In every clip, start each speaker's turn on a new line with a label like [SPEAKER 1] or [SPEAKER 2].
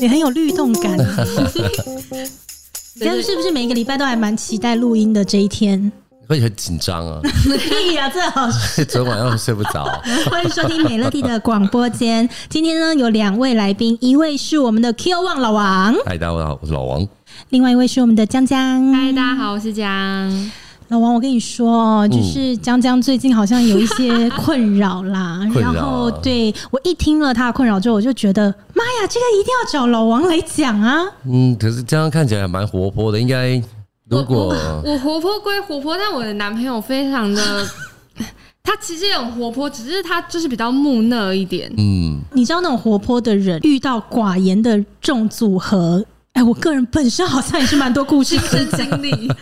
[SPEAKER 1] 你很有律动 感。这样是不是每一个礼拜都还蛮期待录音的这一 天？
[SPEAKER 2] 会很紧张啊，
[SPEAKER 1] 屁哎呀、这好
[SPEAKER 2] 昨晚上睡不着。
[SPEAKER 1] 欢迎收听美乐蒂的广播间。今天呢，有两位来宾，一位是我们的 Q 望老王，
[SPEAKER 2] 嗨，大家好，我是老王。
[SPEAKER 1] 另外一位是我们的江江。
[SPEAKER 3] 嗨，大家好，我是江。
[SPEAKER 1] 老王，我跟你说哦，就是江江最近好像有一些困扰啦。
[SPEAKER 2] 困 扰
[SPEAKER 1] 然
[SPEAKER 2] 啊
[SPEAKER 1] 后对我一听了他的困扰之后，我就觉得妈呀，这个一定要找老王来讲啊！
[SPEAKER 2] 嗯，可是这样看起来还蛮活泼的，应该如果
[SPEAKER 3] 我活泼归活泼，但我的男朋友非常 的，他其实也很活泼，只是他就是比较木讷一点。
[SPEAKER 2] 嗯，
[SPEAKER 1] 你知道那种活泼的人遇到寡言的重组合。哎，我个人本身好像也是蛮多故事
[SPEAKER 3] 亲身经 历，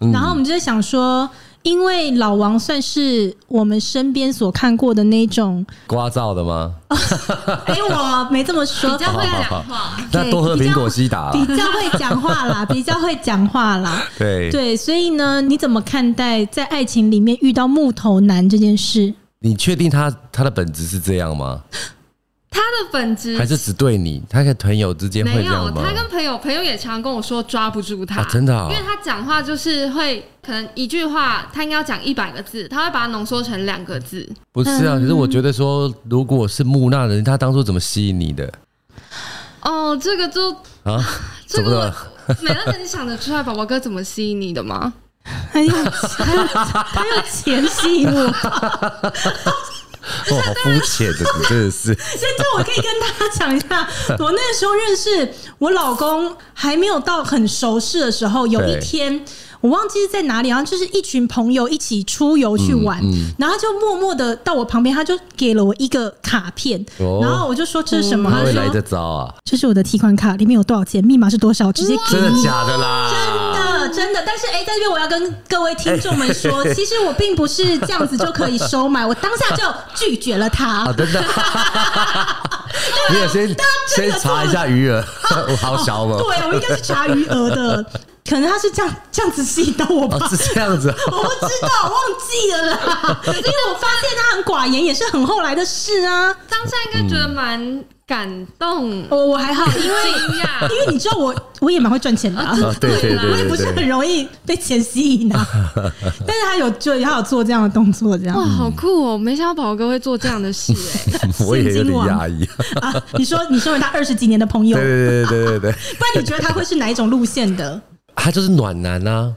[SPEAKER 3] 嗯
[SPEAKER 1] 然后我们就在想说，因为老王算是我们身边所看过的那 种，
[SPEAKER 2] 刮噪的吗？
[SPEAKER 1] 哎、我没这么说，
[SPEAKER 3] 比较会
[SPEAKER 2] 好
[SPEAKER 3] 讲
[SPEAKER 2] 好
[SPEAKER 3] 话。
[SPEAKER 2] 那多喝苹果西啊达啦。
[SPEAKER 1] 比较会讲话 啦，比较会讲话啦。
[SPEAKER 2] 对，
[SPEAKER 1] 对，所以呢，你怎么看待在爱情里面遇到木头男这件事？
[SPEAKER 2] 你确定他他的本质是这样吗？
[SPEAKER 3] 他的本质
[SPEAKER 2] 还是只对你？他跟朋友之间会
[SPEAKER 3] 嗯没
[SPEAKER 2] 这
[SPEAKER 3] 有，
[SPEAKER 2] 样吗
[SPEAKER 3] 他？跟朋友朋友也常跟我说抓不住他，
[SPEAKER 2] 啊真的啊
[SPEAKER 3] 因为他讲话就是会可能一句话他应该要讲一百个字，他会把它浓缩成两个 字。
[SPEAKER 2] 不是
[SPEAKER 3] 嗯
[SPEAKER 2] 啊，可是我觉得说，如果是木讷的人，他当初怎么吸引你的
[SPEAKER 3] 哦，这个就
[SPEAKER 2] 啊？
[SPEAKER 3] 这
[SPEAKER 2] 怎么
[SPEAKER 3] 个
[SPEAKER 2] 了？
[SPEAKER 3] 我，美乐你想得出来宝宝哥怎么吸引你的吗？
[SPEAKER 1] 还 有还有还有前戏我，
[SPEAKER 2] 哦，好肤浅的，你真的
[SPEAKER 1] 甚
[SPEAKER 2] 是。
[SPEAKER 1] 至我可以跟大家讲一 下，我那时候认识我老公还没有到很熟识的时候，有一
[SPEAKER 2] 对
[SPEAKER 1] 天我忘记是在哪里，然后就是一群朋友一起出游去玩，
[SPEAKER 2] 嗯
[SPEAKER 1] 然后他就默默的到我旁边，他就给了我一个卡片，
[SPEAKER 2] 哦
[SPEAKER 1] 然后我就说这是什么？
[SPEAKER 2] 他
[SPEAKER 1] 他
[SPEAKER 2] 会
[SPEAKER 1] 就
[SPEAKER 2] 来
[SPEAKER 1] 说
[SPEAKER 2] 这招啊？
[SPEAKER 1] 这是我的提款卡，里面有多少钱，密码是多少，直接给
[SPEAKER 2] 真
[SPEAKER 1] 你。
[SPEAKER 2] 的假的啦？
[SPEAKER 1] 真的真的，但是哎、在这边我要跟各位听众们 说，其实我并不是这样子就可以收买，我当下就拒绝了
[SPEAKER 2] 啊，
[SPEAKER 1] 他。
[SPEAKER 2] 真的。你也
[SPEAKER 1] 啊
[SPEAKER 2] 先先查一下余额， 我好小哦嘛。
[SPEAKER 1] 对，啊我应该是查余额 的，可能他是这样这样子吸引到我吧。
[SPEAKER 2] 哦，是这样子啊。
[SPEAKER 1] 我不知道，忘记了啦，因为我发现他很寡言，也是很后来的事啊。
[SPEAKER 3] 当下应该觉得蛮感动、
[SPEAKER 1] 我我还好，因 为
[SPEAKER 3] 惊讶。
[SPEAKER 1] 因为你知道我我也蛮会赚钱的、啊，
[SPEAKER 2] 啊，对对
[SPEAKER 3] 对啦
[SPEAKER 1] 不是
[SPEAKER 2] 对对
[SPEAKER 1] 很
[SPEAKER 2] 对。
[SPEAKER 1] 容易被钱吸引 啊。但是他有就他有做这样的动作，这样
[SPEAKER 3] 哇，好酷哦！没想到宝宝哥会做这样的 事哎、
[SPEAKER 2] 我也有点压 抑。
[SPEAKER 1] 啊，你说你身为他二十几年的朋友
[SPEAKER 2] 对，对对对对对，
[SPEAKER 1] 不然你觉得他会是哪一种路线的？
[SPEAKER 2] 他就是暖男啊，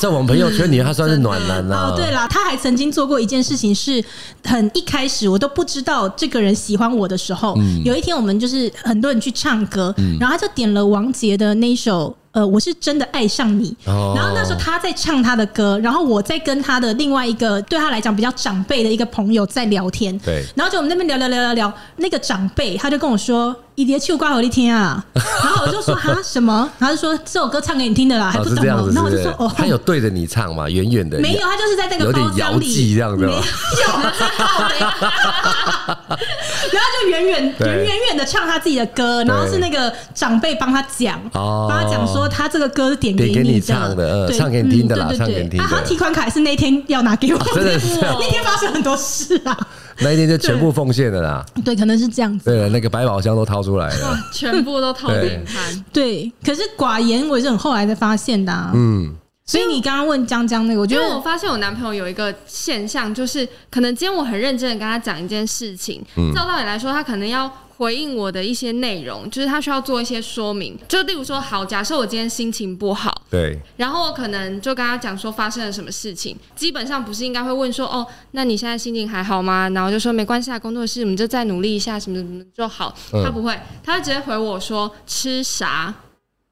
[SPEAKER 2] 在我们朋友圈里，他算是暖男啊
[SPEAKER 1] 哦，。对啦，他还曾经做过一件事情，是很一开始我都不知道这个人喜欢我的时候，
[SPEAKER 2] 嗯
[SPEAKER 1] 有一天我们就是很多人去唱歌，然后他就点了王杰的那一首。呃，我是真的爱上你。
[SPEAKER 2] 哦
[SPEAKER 1] 然后那时候他在唱他的歌，然后我在跟他的另外一个对他来讲比较长辈的一个朋友在聊天。
[SPEAKER 2] 对
[SPEAKER 1] 然后就我们那边聊聊聊聊聊，那个长辈他就跟我说：“一碟秋瓜我的天啊！”然后我就说：“哈什么？”他就说：“这首歌唱给你听的啦，还
[SPEAKER 2] 哦，
[SPEAKER 1] 不
[SPEAKER 2] 是
[SPEAKER 1] 懂
[SPEAKER 2] 这样
[SPEAKER 1] 哦。
[SPEAKER 2] 子，
[SPEAKER 1] 然
[SPEAKER 2] 是
[SPEAKER 1] 后我就
[SPEAKER 2] 不
[SPEAKER 1] 是说：“哦，？
[SPEAKER 2] 他有对着你唱嘛，远远的。
[SPEAKER 1] 没有，他就是在那个
[SPEAKER 2] 有点
[SPEAKER 1] 包厢
[SPEAKER 2] 摇
[SPEAKER 1] 里
[SPEAKER 2] 技这样子
[SPEAKER 1] 没
[SPEAKER 2] 吗
[SPEAKER 1] 有， 然后就远远
[SPEAKER 2] 对
[SPEAKER 1] 远远远的唱他自己的歌，然后是那个长辈帮他讲，
[SPEAKER 2] 哦
[SPEAKER 1] 帮他讲说他这个歌是点给
[SPEAKER 2] 点给
[SPEAKER 1] 你
[SPEAKER 2] 你唱的呃
[SPEAKER 1] 对
[SPEAKER 2] 唱给你听的啦
[SPEAKER 1] 嗯对
[SPEAKER 2] 唱
[SPEAKER 1] 对
[SPEAKER 2] 给
[SPEAKER 1] 对
[SPEAKER 2] 你听的
[SPEAKER 1] 啊好像提款卡也是那天要拿给我，
[SPEAKER 2] 真的是这样
[SPEAKER 1] 那天发生很多事啊，
[SPEAKER 2] 那一天就全部奉献了啦。
[SPEAKER 1] 对，可能是这样子。
[SPEAKER 2] 对了，那个百宝箱都掏出来了。
[SPEAKER 1] 哦
[SPEAKER 3] 哇，全部都套饼看。
[SPEAKER 1] 对，可是寡言我也是很后来才发现的、啊，嗯，所以你刚刚问江江那个，我觉
[SPEAKER 3] 因
[SPEAKER 1] 得
[SPEAKER 3] 为 我发现我男朋友有一个现象，就是可能今天我很认真的跟他讲一件事情，照道理来说，他可能要回应我的一些内容，就是他需要做一些说明。就例如说，好，假设我今天心情不好，
[SPEAKER 2] 对，
[SPEAKER 3] 然后我可能就跟他讲说发生了什么事情，基本上不是应该会问说哦，那你现在心情还好吗？然后就说没关系啊，工作室我们就再努力一下，什么什么就好。
[SPEAKER 2] 嗯
[SPEAKER 3] 他不会，他会直接回我说吃啥？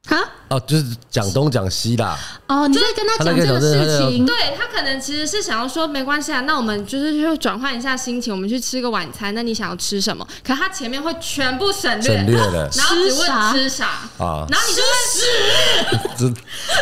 [SPEAKER 1] 啊，
[SPEAKER 2] 哦，就是讲东讲西啦。
[SPEAKER 1] 哦，你在跟他
[SPEAKER 2] 他那
[SPEAKER 1] 讲
[SPEAKER 2] 个
[SPEAKER 1] 这个
[SPEAKER 2] 小时候
[SPEAKER 1] 事
[SPEAKER 2] 他就
[SPEAKER 1] 情，
[SPEAKER 3] 对他可能其实是想要说没关系啊，那我们就是就转换一下心情，我们去吃个晚餐。那你想要吃什么？可他前面会全部省略，
[SPEAKER 2] 省略了
[SPEAKER 3] 然后只
[SPEAKER 1] 吃
[SPEAKER 3] 问
[SPEAKER 1] 啥
[SPEAKER 3] 吃啥，
[SPEAKER 2] 啊，
[SPEAKER 3] 然后你就会
[SPEAKER 2] 这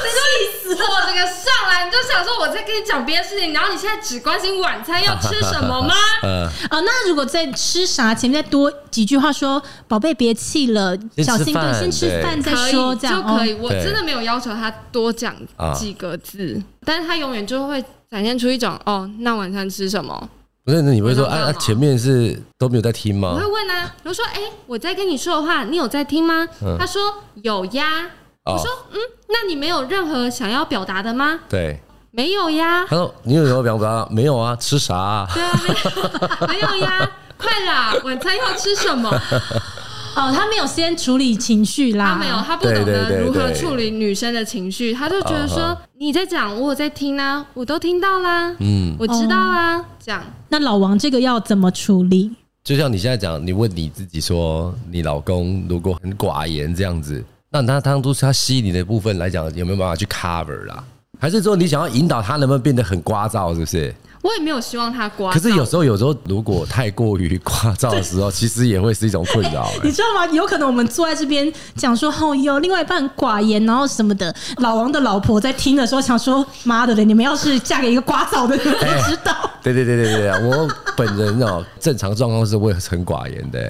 [SPEAKER 3] 我这个上来你就想说我在跟你讲别的事情，然后你现在只关心晚餐要吃什么吗？
[SPEAKER 2] 呃，
[SPEAKER 1] 哦，那如果在吃啥前面再多几句话说，宝贝别气了，
[SPEAKER 2] 吃
[SPEAKER 1] 小心对，
[SPEAKER 2] 饭
[SPEAKER 1] 先吃
[SPEAKER 2] 对
[SPEAKER 1] 饭再
[SPEAKER 3] 可以
[SPEAKER 1] 说，这样
[SPEAKER 3] 就可以。
[SPEAKER 1] 哦。
[SPEAKER 3] 我
[SPEAKER 2] 对
[SPEAKER 3] 真的没有要求他多讲几个字，但是他永远就会展现出一种哦，那晚餐吃什么？
[SPEAKER 2] 不是，那你会说，哎、
[SPEAKER 3] 我懂
[SPEAKER 2] 啊啊，
[SPEAKER 3] 了
[SPEAKER 2] 前面是都没有在听
[SPEAKER 3] 我
[SPEAKER 2] 吗
[SPEAKER 3] 会？问啊，我说：“哎、我在跟你说的话，你有在听吗？”他说：“有呀。”
[SPEAKER 2] 嗯哦
[SPEAKER 3] 我说：“嗯，那你没有任何想要表达的吗
[SPEAKER 2] 对，？”
[SPEAKER 3] 没有 呀，
[SPEAKER 2] 他说你有什么表达？没有啊， 吃啥、啊？
[SPEAKER 3] 对啊，没有没有呀，快啦，晚餐要吃什 么？
[SPEAKER 1] 哦，他没有先处理情绪啦，
[SPEAKER 3] 啊他没有，他不懂
[SPEAKER 2] 对对对
[SPEAKER 3] 得如何
[SPEAKER 2] 对
[SPEAKER 3] 处理女生的情绪，他就觉得
[SPEAKER 2] 啊
[SPEAKER 3] 说：“你在讲，我有在听啊，我都听到啦，
[SPEAKER 2] 嗯，
[SPEAKER 3] 我知道
[SPEAKER 1] 哦
[SPEAKER 3] 啊。”这样，
[SPEAKER 1] 那老王这个要怎么处理？
[SPEAKER 2] 就像你现在讲，你问你自己说，你老公如果很寡言这样子，那他当初他吸你的部分来讲，有没有办法去 cover 啦？还是说你想要引导他能不能变得很聒噪，是不是？
[SPEAKER 3] 我也没有希望他刮。
[SPEAKER 2] 可是有时候，有时候如果太过于聒噪的时候，其实也会是一种困扰、
[SPEAKER 1] 你
[SPEAKER 2] 哎
[SPEAKER 1] 知道吗？有可能我们坐在这边讲说，哦哟，另外一半寡言，然后什么的。老王的老婆在听的时候想说，妈的嘞，你们要是嫁给一个聒噪的人，
[SPEAKER 2] 哎
[SPEAKER 1] 我知道。
[SPEAKER 2] 对对对对对对，我本人哦、正常状况是会很寡言的、哎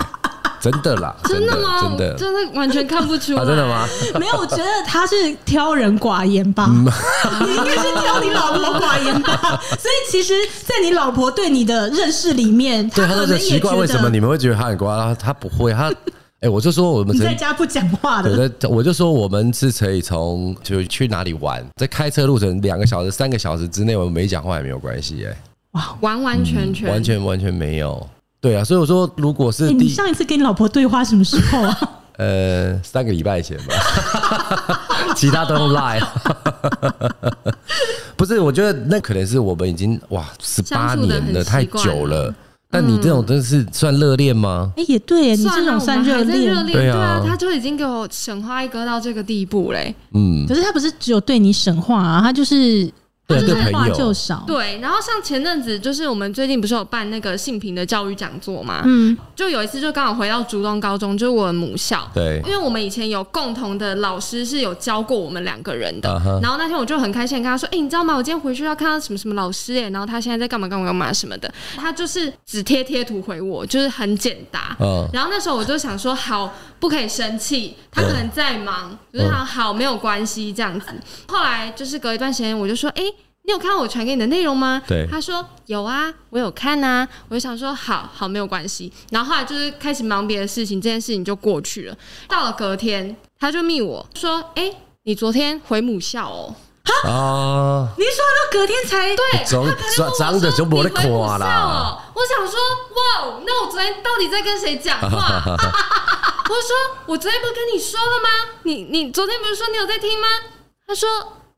[SPEAKER 2] 真的啦，
[SPEAKER 3] 真的吗？
[SPEAKER 2] 真的
[SPEAKER 3] 我，真的完全看不 出来。
[SPEAKER 2] 啊，真的 吗？
[SPEAKER 1] 没有，我觉得他是挑人寡言吧，
[SPEAKER 2] 嗯
[SPEAKER 1] 你应该是挑你老婆寡言吧。所以其实，在你老婆对你的认识里面，
[SPEAKER 2] 对，他
[SPEAKER 1] 可
[SPEAKER 2] 都
[SPEAKER 1] 能
[SPEAKER 2] 在
[SPEAKER 1] 也
[SPEAKER 2] 奇
[SPEAKER 1] 觉
[SPEAKER 2] 怪
[SPEAKER 1] 得
[SPEAKER 2] 为什么你们会觉得他很瓜，他他不会，他 哎、我就说我们
[SPEAKER 1] 你在
[SPEAKER 2] 曾。
[SPEAKER 1] 家不讲话的，
[SPEAKER 2] 我的我就说我们是可以从就去哪里玩，在开车路程两个小时、三个小时之内，我们没讲话也没有关系、
[SPEAKER 3] 完完全
[SPEAKER 2] 哎，
[SPEAKER 3] 全，
[SPEAKER 2] 完全完全没有。对啊，所以我说，如果是
[SPEAKER 1] 欸
[SPEAKER 2] 第、
[SPEAKER 1] 你上一次跟你老婆对话什么时候 啊？
[SPEAKER 2] 呃三个礼拜前吧， 其他都用 lie。不是，我觉得那可能是我们已经哇十八
[SPEAKER 3] 相处得
[SPEAKER 2] 年
[SPEAKER 3] 很
[SPEAKER 2] 了，
[SPEAKER 3] 习
[SPEAKER 2] 太
[SPEAKER 3] 惯
[SPEAKER 2] 久
[SPEAKER 3] 了
[SPEAKER 2] 了。但你这
[SPEAKER 1] 嗯
[SPEAKER 2] 种真的是算热恋吗？
[SPEAKER 1] 哎、也对耶，你
[SPEAKER 3] 算
[SPEAKER 1] 这种算热
[SPEAKER 3] 恋，热
[SPEAKER 1] 恋，
[SPEAKER 3] 恋
[SPEAKER 2] 对
[SPEAKER 3] 对
[SPEAKER 2] 啊
[SPEAKER 3] 啊，他就已经给我神话一哥到这个地步嘞。
[SPEAKER 2] 嗯，
[SPEAKER 1] 可是他不是只有对你神话啊，他就是他
[SPEAKER 2] 对对
[SPEAKER 1] 就是话
[SPEAKER 2] 朋友
[SPEAKER 1] 就少，
[SPEAKER 3] 对，然后像前阵子，就是我们最近不是有办那个性平的教育讲座嘛，
[SPEAKER 1] 嗯，
[SPEAKER 3] 就有一次就刚好回到竹东高中，就是我的母校。
[SPEAKER 2] 对
[SPEAKER 3] 因为我们以前有共同的老师是有教过我们两个人的
[SPEAKER 2] 啊哈
[SPEAKER 3] 然后那天我就很开心地跟他说：“哎、你知道吗？我今天回去要看到什么什么老师哎、然后他现在在干嘛干嘛干嘛什么的。”他就是只贴贴图回我，就是很简答。
[SPEAKER 2] 嗯
[SPEAKER 3] 然后那时候我就想说，好，不可以生气，他可能在忙，我就想好没有关系这样子。后来就是隔一段时间，我就说：“哎、你有看到我传给你的内容吗？
[SPEAKER 2] 对
[SPEAKER 3] 他说有啊，我有看啊，我就想说好好没有关系。然后后来就是开始忙别的事情，这件事情就过去了。到了隔天，他就密我说：“哎、你昨天回母校哦？
[SPEAKER 2] 啊。
[SPEAKER 1] 你说到隔天才对，啊
[SPEAKER 3] 对，
[SPEAKER 2] 长
[SPEAKER 3] 他隔天问我
[SPEAKER 2] 长得
[SPEAKER 3] 说
[SPEAKER 2] 就没得
[SPEAKER 3] 你回母
[SPEAKER 2] 看啦
[SPEAKER 3] 校哦。我想说，哇，那我昨天到底在跟谁讲话？ 我说，我昨天不是跟你说了吗？你你昨天不是说你有在听吗？他说，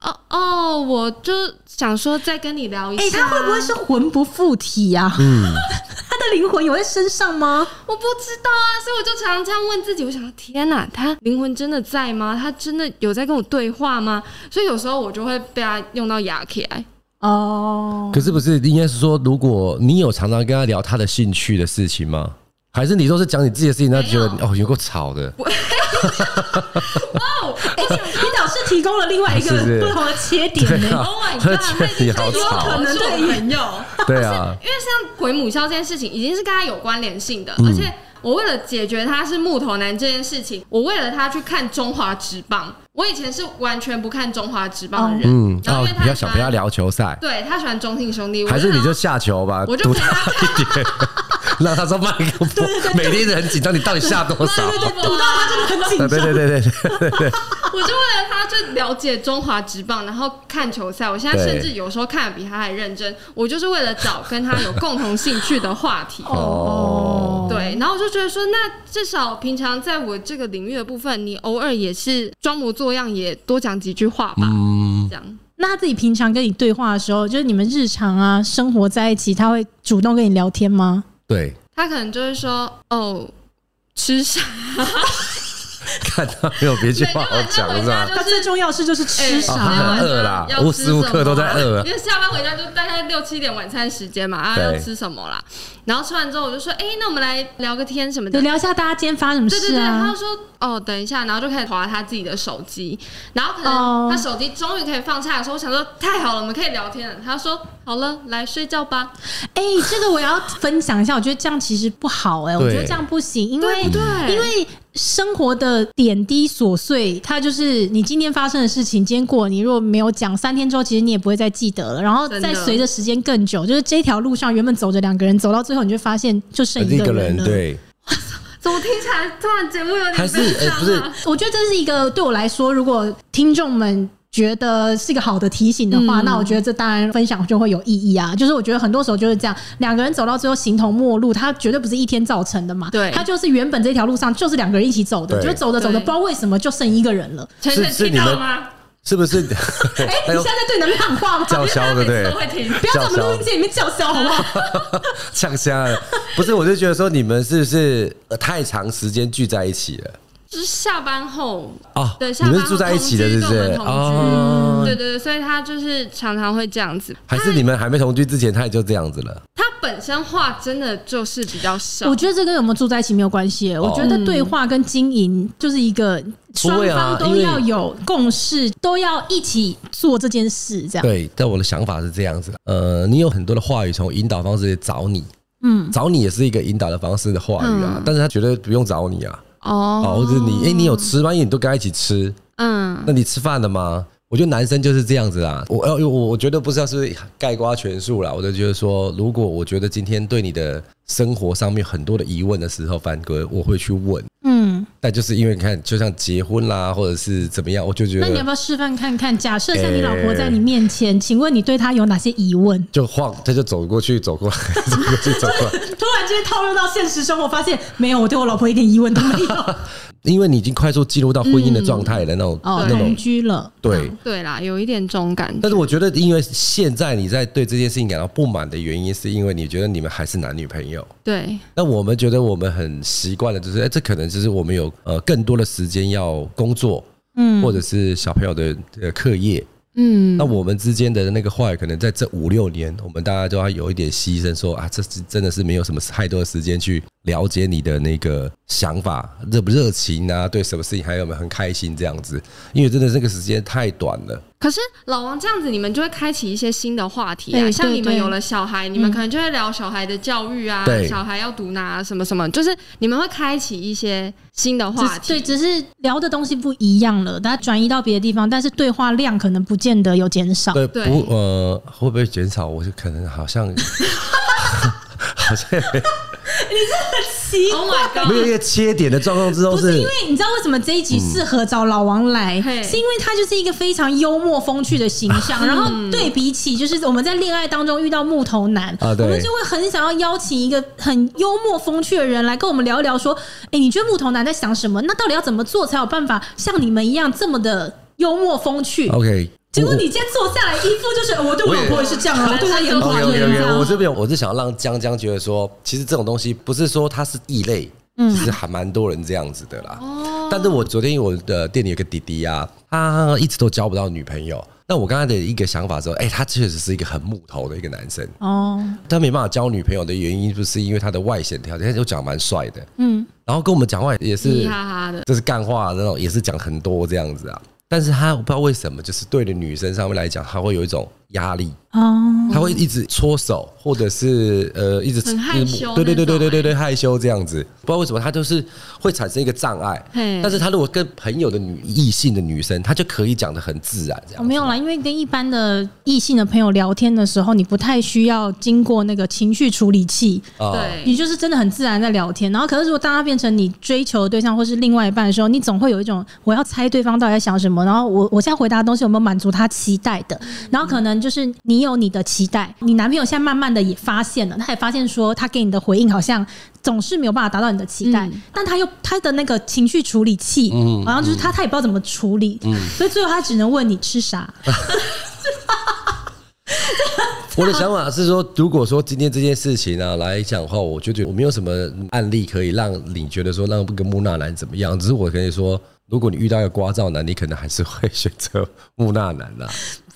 [SPEAKER 3] 哦哦，我就想说再跟你聊一下。
[SPEAKER 1] 哎、他会不会是魂不附体呀、啊？嗯， 他的灵魂有在身上吗？
[SPEAKER 3] 我不知道啊，所以我就常常这样问自己，我想，天哪，他灵魂真的在吗？他真的有在跟我对话吗？所以有时候我就会被他用到牙起来。
[SPEAKER 1] 哦，
[SPEAKER 2] 可是不是应该是说，如果你有常常跟他聊他的兴趣的事情吗？还是你都是讲你自己的事情，他就觉得
[SPEAKER 3] 没
[SPEAKER 2] 哦有够吵的，
[SPEAKER 1] 你导师提供了另外一个
[SPEAKER 2] 啊是是
[SPEAKER 1] 不同的切点呢、
[SPEAKER 2] 啊
[SPEAKER 3] Oh my
[SPEAKER 2] 他
[SPEAKER 3] god，
[SPEAKER 2] 觉得你好
[SPEAKER 1] 有可
[SPEAKER 2] 吵，
[SPEAKER 1] 能
[SPEAKER 3] 做
[SPEAKER 1] 对
[SPEAKER 3] 朋友，
[SPEAKER 2] 对啊，
[SPEAKER 3] 因为像回母校这件事情已经是跟他有关联性的，
[SPEAKER 2] 嗯
[SPEAKER 3] 而且我为了解决他是木头男这件事情，我为了他去看《中华职棒》，我以前是完全不看《中华职棒》的人，
[SPEAKER 2] 嗯，
[SPEAKER 3] 然后
[SPEAKER 2] 哦
[SPEAKER 3] 因为，他
[SPEAKER 2] 比较
[SPEAKER 3] 喜
[SPEAKER 2] 想
[SPEAKER 3] 欢
[SPEAKER 2] 陪他聊球赛，
[SPEAKER 3] 对他喜欢中信兄弟，我
[SPEAKER 2] 还是你
[SPEAKER 3] 想
[SPEAKER 2] 啊就下球吧，
[SPEAKER 3] 我就
[SPEAKER 2] 堵
[SPEAKER 3] 陪
[SPEAKER 2] 他
[SPEAKER 3] 他
[SPEAKER 2] 一点，让他说麦克风，每天很紧张，你到底下多少？
[SPEAKER 1] 对对对，堵到他真的很紧
[SPEAKER 2] 对
[SPEAKER 1] 张。
[SPEAKER 2] 对对对对，
[SPEAKER 3] 我就为了他就了解中华职棒，然后看球赛。我现在甚至有时候看的比他还认真，我就是为了找跟他有共同兴趣的话题。
[SPEAKER 2] 哦，
[SPEAKER 3] 对，然后我就觉得说，那至少平常在我这个领域的部分，你偶尔也是装模作样，也多讲几句话吧，
[SPEAKER 2] 嗯，
[SPEAKER 3] 这样。
[SPEAKER 1] 那他自己平常跟你对话的时候，就是你们日常啊生活在一起，他会主动跟你聊天吗？
[SPEAKER 2] 对，
[SPEAKER 3] 他可能就会说，哦，吃啥？
[SPEAKER 2] 嗯看到没有啊别句话好讲是吧？
[SPEAKER 1] 他最重要是就是吃
[SPEAKER 3] 哎
[SPEAKER 1] 啥、
[SPEAKER 2] 哦他
[SPEAKER 1] 啊
[SPEAKER 2] 很 饿啦
[SPEAKER 3] 要吃
[SPEAKER 2] 无时无刻都在饿
[SPEAKER 3] 什么因为下班回家就大概六七点晚餐时间嘛，啊，
[SPEAKER 2] 对
[SPEAKER 3] 要吃什么啦？然后吃完之后，我就说，哎、那我们来聊个天什么的
[SPEAKER 1] 对，。聊一下大家今天发生什么
[SPEAKER 3] 对对
[SPEAKER 1] 事
[SPEAKER 3] 对，他
[SPEAKER 1] 啊
[SPEAKER 3] 就？说哦，等一下，然后就开始划他自己的手机，然后可能
[SPEAKER 1] 哦
[SPEAKER 3] 他手机终于可以放下的时候，我想说太好了，我们可以聊天了。他说好了，来睡觉吧。
[SPEAKER 1] 哎、这个我也要分享一下，我觉得这样其实不好哎、我
[SPEAKER 2] 对
[SPEAKER 1] 觉得这样不行，因为
[SPEAKER 3] 对不对
[SPEAKER 1] 因为生活的点滴琐碎，它就是你今天发生的事情，今天过了，你如果没有讲，三天之后其实你也不会再记得了，然后
[SPEAKER 3] 真的
[SPEAKER 1] 再随着时间更久，就是这条路上原本走着两个人，走到最后你就发现就剩一
[SPEAKER 2] 一
[SPEAKER 1] 个
[SPEAKER 2] 个
[SPEAKER 1] 人
[SPEAKER 2] 人
[SPEAKER 1] 了。
[SPEAKER 2] 对，
[SPEAKER 3] 怎么听起来突然节目有点
[SPEAKER 2] 还是
[SPEAKER 3] 悲伤啊
[SPEAKER 2] 呃不是
[SPEAKER 1] 我觉得这是一个对我来说，如果听众们。觉得是一个好的提醒的话，
[SPEAKER 3] 嗯
[SPEAKER 1] 那我觉得这当然分享就会有意义啊。就是我觉得很多时候就是这样，两个人走到最后形同陌路，他绝对不是一天造成的嘛。
[SPEAKER 3] 对
[SPEAKER 1] 他就是原本这条路上就是两个人一起走的，
[SPEAKER 2] 对
[SPEAKER 1] 就走着走着，
[SPEAKER 3] 对
[SPEAKER 1] 不知道为什么就剩一个人了。
[SPEAKER 3] 晨晨
[SPEAKER 2] 是是
[SPEAKER 3] 听到
[SPEAKER 2] 你
[SPEAKER 3] 了
[SPEAKER 2] 们
[SPEAKER 3] 吗？
[SPEAKER 2] 是不是？
[SPEAKER 1] 哎、你现在在对你的喊话吗？
[SPEAKER 2] 叫嚣的对
[SPEAKER 3] 大家每次都会听。
[SPEAKER 1] 不要在我们
[SPEAKER 2] 叫嚣
[SPEAKER 1] 录音间里面叫嚣好不好？
[SPEAKER 2] 呛瞎了，不是？我就觉得说你们是不是呃太长时间聚在一起了
[SPEAKER 3] 就是下班后
[SPEAKER 2] 啊？
[SPEAKER 3] 对，下
[SPEAKER 2] 你
[SPEAKER 3] 班
[SPEAKER 2] 们
[SPEAKER 3] 后
[SPEAKER 2] 是住在一起的，
[SPEAKER 3] 同
[SPEAKER 2] 是
[SPEAKER 3] 居
[SPEAKER 2] 不
[SPEAKER 3] 跟我
[SPEAKER 2] 是
[SPEAKER 3] 们？同居
[SPEAKER 2] 哦，
[SPEAKER 3] 对对对，所以他就是常常会这样子。
[SPEAKER 2] 还是你们还没同居之前，他也就这样子了。
[SPEAKER 3] 他本身话真的就是比较少，
[SPEAKER 1] 我觉得这跟有没有住在一起没有关系、我觉得对话跟经营就是一个双
[SPEAKER 2] 哦不会啊
[SPEAKER 1] 方都
[SPEAKER 2] 因为
[SPEAKER 1] 要有共识，都要一起做这件事，这样。
[SPEAKER 2] 对，但我的想法是这样子，呃，你有很多的话语从引导方式找你，
[SPEAKER 1] 嗯，
[SPEAKER 2] 找你也是一个引导的方式的话语啊，但是他觉得不用找你啊，
[SPEAKER 3] 哦，
[SPEAKER 2] 哦，或者你，哎、你有吃吗？因为你都跟他一起吃，
[SPEAKER 3] 嗯，
[SPEAKER 2] 那你吃饭了吗？我觉得男生就是这样子啦，我呃我我觉得不是要是盖瓜全数啦，我就觉得说，如果我觉得今天对你的生活上面很多的疑问的时候，凡哥我会去问，
[SPEAKER 1] 嗯，
[SPEAKER 2] 但就是因为你看，就像结婚啦，或者是怎么样，我就觉
[SPEAKER 1] 那你要
[SPEAKER 2] 得
[SPEAKER 1] 不要示范看看？假设像你老婆
[SPEAKER 2] 哎
[SPEAKER 1] 在你面前，请问你对她有哪些疑问？
[SPEAKER 2] 就晃，他就走过去，走过来，走过去， 走过来。
[SPEAKER 1] 突然间套用到现实生活，发现没有，我对我老婆一点疑问都 没有。
[SPEAKER 2] 因为你已经快速进入到婚姻的状态了，那种、
[SPEAKER 1] 哦，
[SPEAKER 2] 那
[SPEAKER 1] 同
[SPEAKER 2] 种
[SPEAKER 1] 居了，
[SPEAKER 2] 对。
[SPEAKER 3] 对啦，有一点这种感觉
[SPEAKER 2] 但。是我觉得，因为现在你在对这件事情感到不满的原因，是因为你觉得你们还是男女朋友。
[SPEAKER 3] 对，
[SPEAKER 2] 那我们觉得我们很习惯的，就是哎、这可能就是我们有呃更多的时间要工作，
[SPEAKER 1] 嗯
[SPEAKER 2] 或者是小朋友的呃课业。
[SPEAKER 3] 嗯
[SPEAKER 2] 那，我们之间的那个话语，可能在这五六年，我们大家都要有一点牺牲说啊，这是真的是没有什么太多的时间去了解你的那个想法、热不热情啊，对什么事情还有没有很开心这样子，因为真的这个时间太短了。
[SPEAKER 3] 可是老王这样子，你们就会开启一些新的话题啊，
[SPEAKER 1] 对
[SPEAKER 3] 像
[SPEAKER 1] 对
[SPEAKER 3] 你们
[SPEAKER 1] 对
[SPEAKER 3] 有了小孩，你们可能就会聊小孩的教育啊
[SPEAKER 2] 嗯对，
[SPEAKER 3] 小孩要读哪什么什么，就是你们会开启一些新的
[SPEAKER 1] 只
[SPEAKER 3] 话
[SPEAKER 1] 是对，
[SPEAKER 3] 题。
[SPEAKER 1] 只是聊的东西不一样了，它转移到别的地方，但是对话量可能不见得有减少。
[SPEAKER 2] 对，
[SPEAKER 3] 对
[SPEAKER 2] 不呃，会不会减少？我就可能好像 好像
[SPEAKER 1] 奇
[SPEAKER 3] Oh my
[SPEAKER 2] 没有
[SPEAKER 3] god！
[SPEAKER 2] 一个切点的状况之
[SPEAKER 1] 不
[SPEAKER 2] 中
[SPEAKER 1] 是因
[SPEAKER 2] 是嗯
[SPEAKER 1] 为。你知道为什么这一集适合找老王来，
[SPEAKER 3] 嘿
[SPEAKER 1] 是因为他就是一个非常幽默风趣的形象，然后对比起就是我们在恋爱当中遇到木头男，
[SPEAKER 2] 啊对
[SPEAKER 1] 我们就会很想要邀请一个很幽默风趣的人来跟我们聊一聊，说，哎、你觉得木头男在想什么？那到底要怎么做才有办法像你们一样这么的幽默风趣？
[SPEAKER 2] OK，
[SPEAKER 1] 结果
[SPEAKER 2] 哦我
[SPEAKER 1] 你今天坐下来，一副就是呃我对我老婆也是这样啊，
[SPEAKER 3] 我
[SPEAKER 1] 我对她也很啊
[SPEAKER 3] 我
[SPEAKER 1] 好
[SPEAKER 3] 也
[SPEAKER 2] OK
[SPEAKER 1] 这
[SPEAKER 2] OK
[SPEAKER 1] 样
[SPEAKER 2] OK，我这边我是想让江江觉得说，其实这种东西不是说它是异类，
[SPEAKER 1] 嗯
[SPEAKER 2] 其实还蛮多人这样子的啦。
[SPEAKER 1] 哦
[SPEAKER 2] 但是我昨天我的店里有个弟弟啊，他一直都交不到女朋友。那我刚才的一个想法说，哎、他确实是一个很木头的一个男生，
[SPEAKER 1] 哦，
[SPEAKER 2] 他没办法交女朋友的原因，不是因为他的外显条件，他就长蛮帅的，
[SPEAKER 1] 嗯，
[SPEAKER 2] 然后跟我们讲话也
[SPEAKER 3] 嘻嘻
[SPEAKER 2] 是，
[SPEAKER 3] 哈哈的，
[SPEAKER 2] 就是干话那种，也是讲很多这样子啊。但是他不知道为什么，就是对的女生上面来讲，他会有一种压力。
[SPEAKER 1] 哦，
[SPEAKER 2] 他会一直搓手，或者是呃一直
[SPEAKER 3] 嗯很害羞
[SPEAKER 2] 对对对对
[SPEAKER 3] 那
[SPEAKER 2] 对对
[SPEAKER 3] 种哎
[SPEAKER 2] 对害羞这样子，不知道为什么他就是会产生一个障碍
[SPEAKER 3] 嘿。
[SPEAKER 2] 但是他如果跟朋友的女异性的女生，他就可以讲的很自然这
[SPEAKER 1] 我哦
[SPEAKER 2] 样。
[SPEAKER 1] 没有啦，因为跟一般的异性的朋友聊天的时候，你不太需要经过那个情绪处理器，
[SPEAKER 2] 啊
[SPEAKER 3] 哦对，
[SPEAKER 1] 你就是真的很自然在聊天。然后，可是如果当他变成你追求的对象或是另外一半的时候，你总会有一种我要猜对方到底在想什么，然后我我现在回答的东西有没有满足他期待的，
[SPEAKER 3] 嗯
[SPEAKER 1] 然后可能就是你有你的期待，你男朋友现在慢慢的也发现了，他也发现说他给你的回应好像总是没有办法达到你的期待，
[SPEAKER 3] 嗯
[SPEAKER 1] 但他又他的那个情绪处理器，好像就是他他也不知道怎么处理，所以最后他只能问你吃啥。
[SPEAKER 2] 我的想法是说，如果说今天这件事情啊来讲的话，我就觉得我没有什么案例可以让你觉得说让跟木讷男怎么样，只是我可以说，如果你遇到一个聒噪男，你可能还是会选择木讷男啦。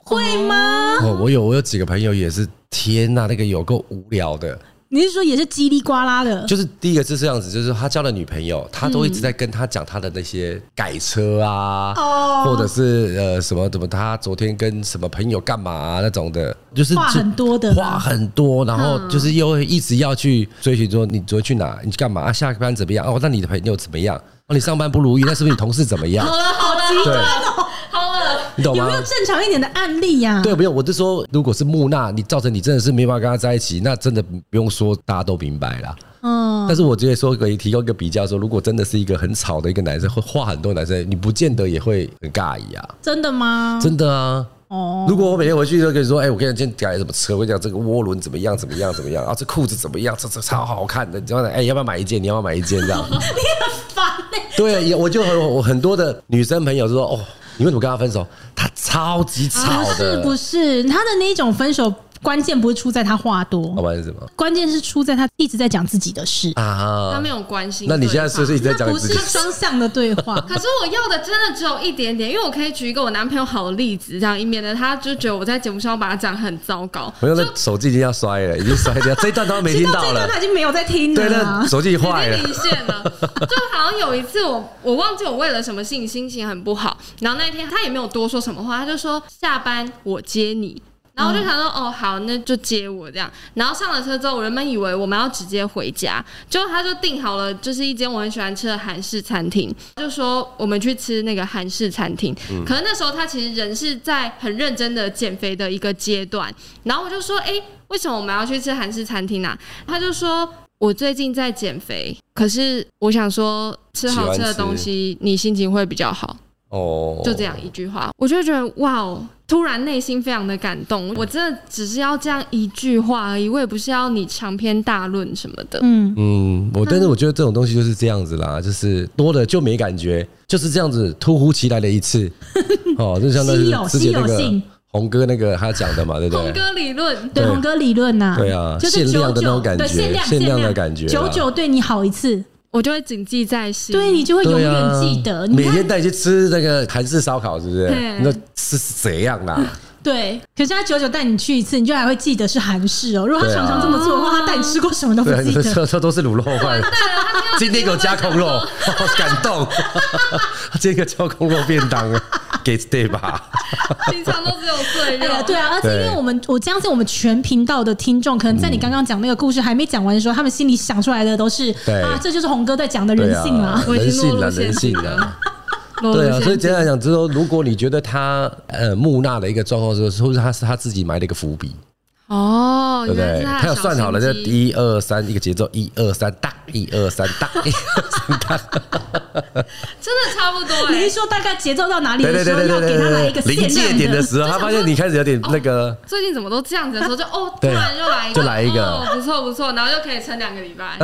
[SPEAKER 1] 会吗？哦
[SPEAKER 2] 哦，我有我有几个朋友也是，天呐，那个有够无聊的。
[SPEAKER 1] 你是说也是叽里呱啦的？
[SPEAKER 2] 就是第一个是这样子，就是他交了女朋友，他都一直在跟他讲他的那些改车啊，
[SPEAKER 1] 哦
[SPEAKER 2] 或者是呃什么怎么，他昨天跟什么朋友干嘛、啊、那种的，就是
[SPEAKER 1] 话很多的
[SPEAKER 2] 话很多，然后就是又会一直要去追寻说你昨天去哪，你干嘛、啊下班怎么样？哦，那你的朋友怎么样？哦，你上班不如意，那是不是你同事怎么样？
[SPEAKER 3] 好了好了
[SPEAKER 2] 对，
[SPEAKER 3] 好了，
[SPEAKER 2] 你 懂
[SPEAKER 1] 有
[SPEAKER 2] 吗
[SPEAKER 1] 没？有正常一点的案例啊呀、
[SPEAKER 2] 啊对，没有，我是说，如果是木讷，你造成你真的是没办法跟他在一起，那真的不用说，大家都明白啦。
[SPEAKER 1] 嗯，
[SPEAKER 2] 但是我觉得说可以提供一个比较，说如果真的是一个很吵的一个男生，会话很多的男生，你不见得也会很尬意啊，
[SPEAKER 1] 真的吗？
[SPEAKER 2] 真的啊。
[SPEAKER 1] 嗯哦，
[SPEAKER 2] 如果我每天回去都跟你说，哎、我跟你讲今天改了什么车，我跟你讲这个涡轮怎么样怎么样怎么样，啊，这裤子怎么样，这这超好看的，你知道吗？哎、要不要买一件？你要不要买一件？这样，
[SPEAKER 1] 烦欸
[SPEAKER 2] 对，也我就很我很多的女生朋友就说，哦，你为什么跟他分手？他超级吵
[SPEAKER 1] 不啊是
[SPEAKER 2] 的，
[SPEAKER 1] 不是，他的那一种分手关键不是出在他话
[SPEAKER 2] 要
[SPEAKER 1] 多，
[SPEAKER 2] 不然是什么
[SPEAKER 1] 关键是出在他一直在讲自己的事，
[SPEAKER 2] 哦啊？
[SPEAKER 3] 他没有关心。。
[SPEAKER 2] 那你现在是不是一直在
[SPEAKER 1] 那
[SPEAKER 2] 讲
[SPEAKER 1] 不
[SPEAKER 2] 自
[SPEAKER 1] 是
[SPEAKER 2] 己？
[SPEAKER 1] 双向的对话
[SPEAKER 3] 可是我要的真的只有一点点，因为我可以举一个我男朋友好的例子，这样以免得他就觉得我在节目上把他讲得很糟糕。
[SPEAKER 2] 没有，那手机已经要摔了，已经摔掉，这一段都没
[SPEAKER 1] 其实
[SPEAKER 2] 听
[SPEAKER 1] 到
[SPEAKER 2] 到
[SPEAKER 1] 这一
[SPEAKER 2] 了
[SPEAKER 1] 段。他已经没有在听
[SPEAKER 2] 对，
[SPEAKER 1] 了
[SPEAKER 2] 那
[SPEAKER 1] 啊。
[SPEAKER 2] 手机坏
[SPEAKER 3] 已
[SPEAKER 2] 了
[SPEAKER 3] 经。离线了。 就好像有一次我，我忘记我为了什么事情心情很不好，然后那一天他也没有多说什么话，他就说下班我接你。然后我就想说，哦，好，那就接我这样。然后上了车之后，我原本以为我们要直接回家，结果他就订好了，就是一间我很喜欢吃的韩式餐厅，就说我们去吃那个韩式餐厅。可能那时候他其实人是在很认真的减肥的一个阶段，然后我就说，哎、为什么我们要去吃韩式餐厅啊？他就说我最近在减肥，可是我想说吃好吃的东西，你心情会比较好，
[SPEAKER 2] 哦，
[SPEAKER 3] 就这样一句话，我就觉得哇哦，突然内心非常的感动。我真的只是要这样一句话而已，我也不是要你长篇大论什么的。
[SPEAKER 1] 嗯，
[SPEAKER 2] 嗯，我但是我觉得这种东西就是这样子啦，就是多了就没感觉，就是这样子突如其来的一次。哦，就像那
[SPEAKER 1] 稀有
[SPEAKER 2] 之
[SPEAKER 1] 稀
[SPEAKER 2] 前那
[SPEAKER 1] 有
[SPEAKER 2] 个
[SPEAKER 1] 性
[SPEAKER 2] 红哥那个他讲的嘛，对不
[SPEAKER 3] 红
[SPEAKER 2] 对？
[SPEAKER 3] 哥理论，
[SPEAKER 1] 对，
[SPEAKER 2] 嗯对
[SPEAKER 1] 红哥理论呐，
[SPEAKER 2] 对啊
[SPEAKER 1] 就是
[SPEAKER 2] 限量的
[SPEAKER 1] 99
[SPEAKER 2] 那种感觉
[SPEAKER 1] 对限量
[SPEAKER 2] 限量的感觉啊
[SPEAKER 1] 九九对你好一次，
[SPEAKER 3] 我就会谨记在心。
[SPEAKER 1] 对你就会永
[SPEAKER 2] 对
[SPEAKER 1] 远
[SPEAKER 2] 啊
[SPEAKER 1] 记得。你
[SPEAKER 2] 每
[SPEAKER 1] 看
[SPEAKER 2] 天带你去吃那个韩式烧烤，是不是
[SPEAKER 3] 对？
[SPEAKER 2] 那是是怎样啊啦？
[SPEAKER 1] 对，可是他九九带你去一次，你就还会记得是韩式哦。如果他
[SPEAKER 2] 对啊
[SPEAKER 1] 常常这么做的话，他带你吃过什么都不
[SPEAKER 2] 对，
[SPEAKER 1] 记
[SPEAKER 2] 这
[SPEAKER 1] 得。
[SPEAKER 2] 这这都是卤肉饭。 今天给我加空肉， 好感动。今天给我加空肉便当啊，给对吧？
[SPEAKER 3] 平常都只有
[SPEAKER 1] 哎
[SPEAKER 3] 碎肉
[SPEAKER 1] 呀，。对啊，而且因为我们，我相信我们全频道的听众，可能在你刚刚讲那个故事还没讲完的时候，他们心里想出来的都是
[SPEAKER 2] 对
[SPEAKER 1] 啊，这就是红哥在讲的人性啦。
[SPEAKER 3] 我已
[SPEAKER 2] 人
[SPEAKER 3] 经
[SPEAKER 2] 性
[SPEAKER 3] 落
[SPEAKER 2] 啊，
[SPEAKER 3] 入
[SPEAKER 2] 人
[SPEAKER 3] 陷
[SPEAKER 2] 性
[SPEAKER 3] 阱
[SPEAKER 2] 啊
[SPEAKER 3] 了。
[SPEAKER 1] 哦
[SPEAKER 3] 落入
[SPEAKER 2] 对啊，
[SPEAKER 3] 陷
[SPEAKER 2] 所以
[SPEAKER 3] 阱
[SPEAKER 2] 简单来讲，就是说，如果你觉得他呃木讷的一个状况是，是不是他是他自己埋了一个伏笔，
[SPEAKER 3] 哦，
[SPEAKER 2] 对不
[SPEAKER 3] 原来
[SPEAKER 2] 对？
[SPEAKER 3] 是
[SPEAKER 2] 他
[SPEAKER 3] 的
[SPEAKER 2] 有
[SPEAKER 3] 小
[SPEAKER 2] 算好了，
[SPEAKER 3] 心
[SPEAKER 2] 就
[SPEAKER 3] 机
[SPEAKER 2] 一二三一个节奏，一二三哒，一二三 哒，一二三哒，
[SPEAKER 3] 真的差不多
[SPEAKER 1] 你
[SPEAKER 3] 哎
[SPEAKER 1] 是。说大概节奏到哪里
[SPEAKER 2] 对对
[SPEAKER 1] 的时
[SPEAKER 2] 对
[SPEAKER 1] 候，
[SPEAKER 2] 对
[SPEAKER 1] 要给
[SPEAKER 2] 对
[SPEAKER 1] 他来一
[SPEAKER 2] 啊对
[SPEAKER 1] 个
[SPEAKER 2] 对，临
[SPEAKER 1] 限
[SPEAKER 2] 界
[SPEAKER 1] 量
[SPEAKER 2] 点的
[SPEAKER 1] 的？
[SPEAKER 2] 时候，他发现你开始有点那个，
[SPEAKER 3] 最近怎么都这样子的时候，就哦，突
[SPEAKER 2] 对
[SPEAKER 3] 然又来一个，
[SPEAKER 2] 就来一个
[SPEAKER 3] 哦，不错不错，然后又可以撑两个礼拜，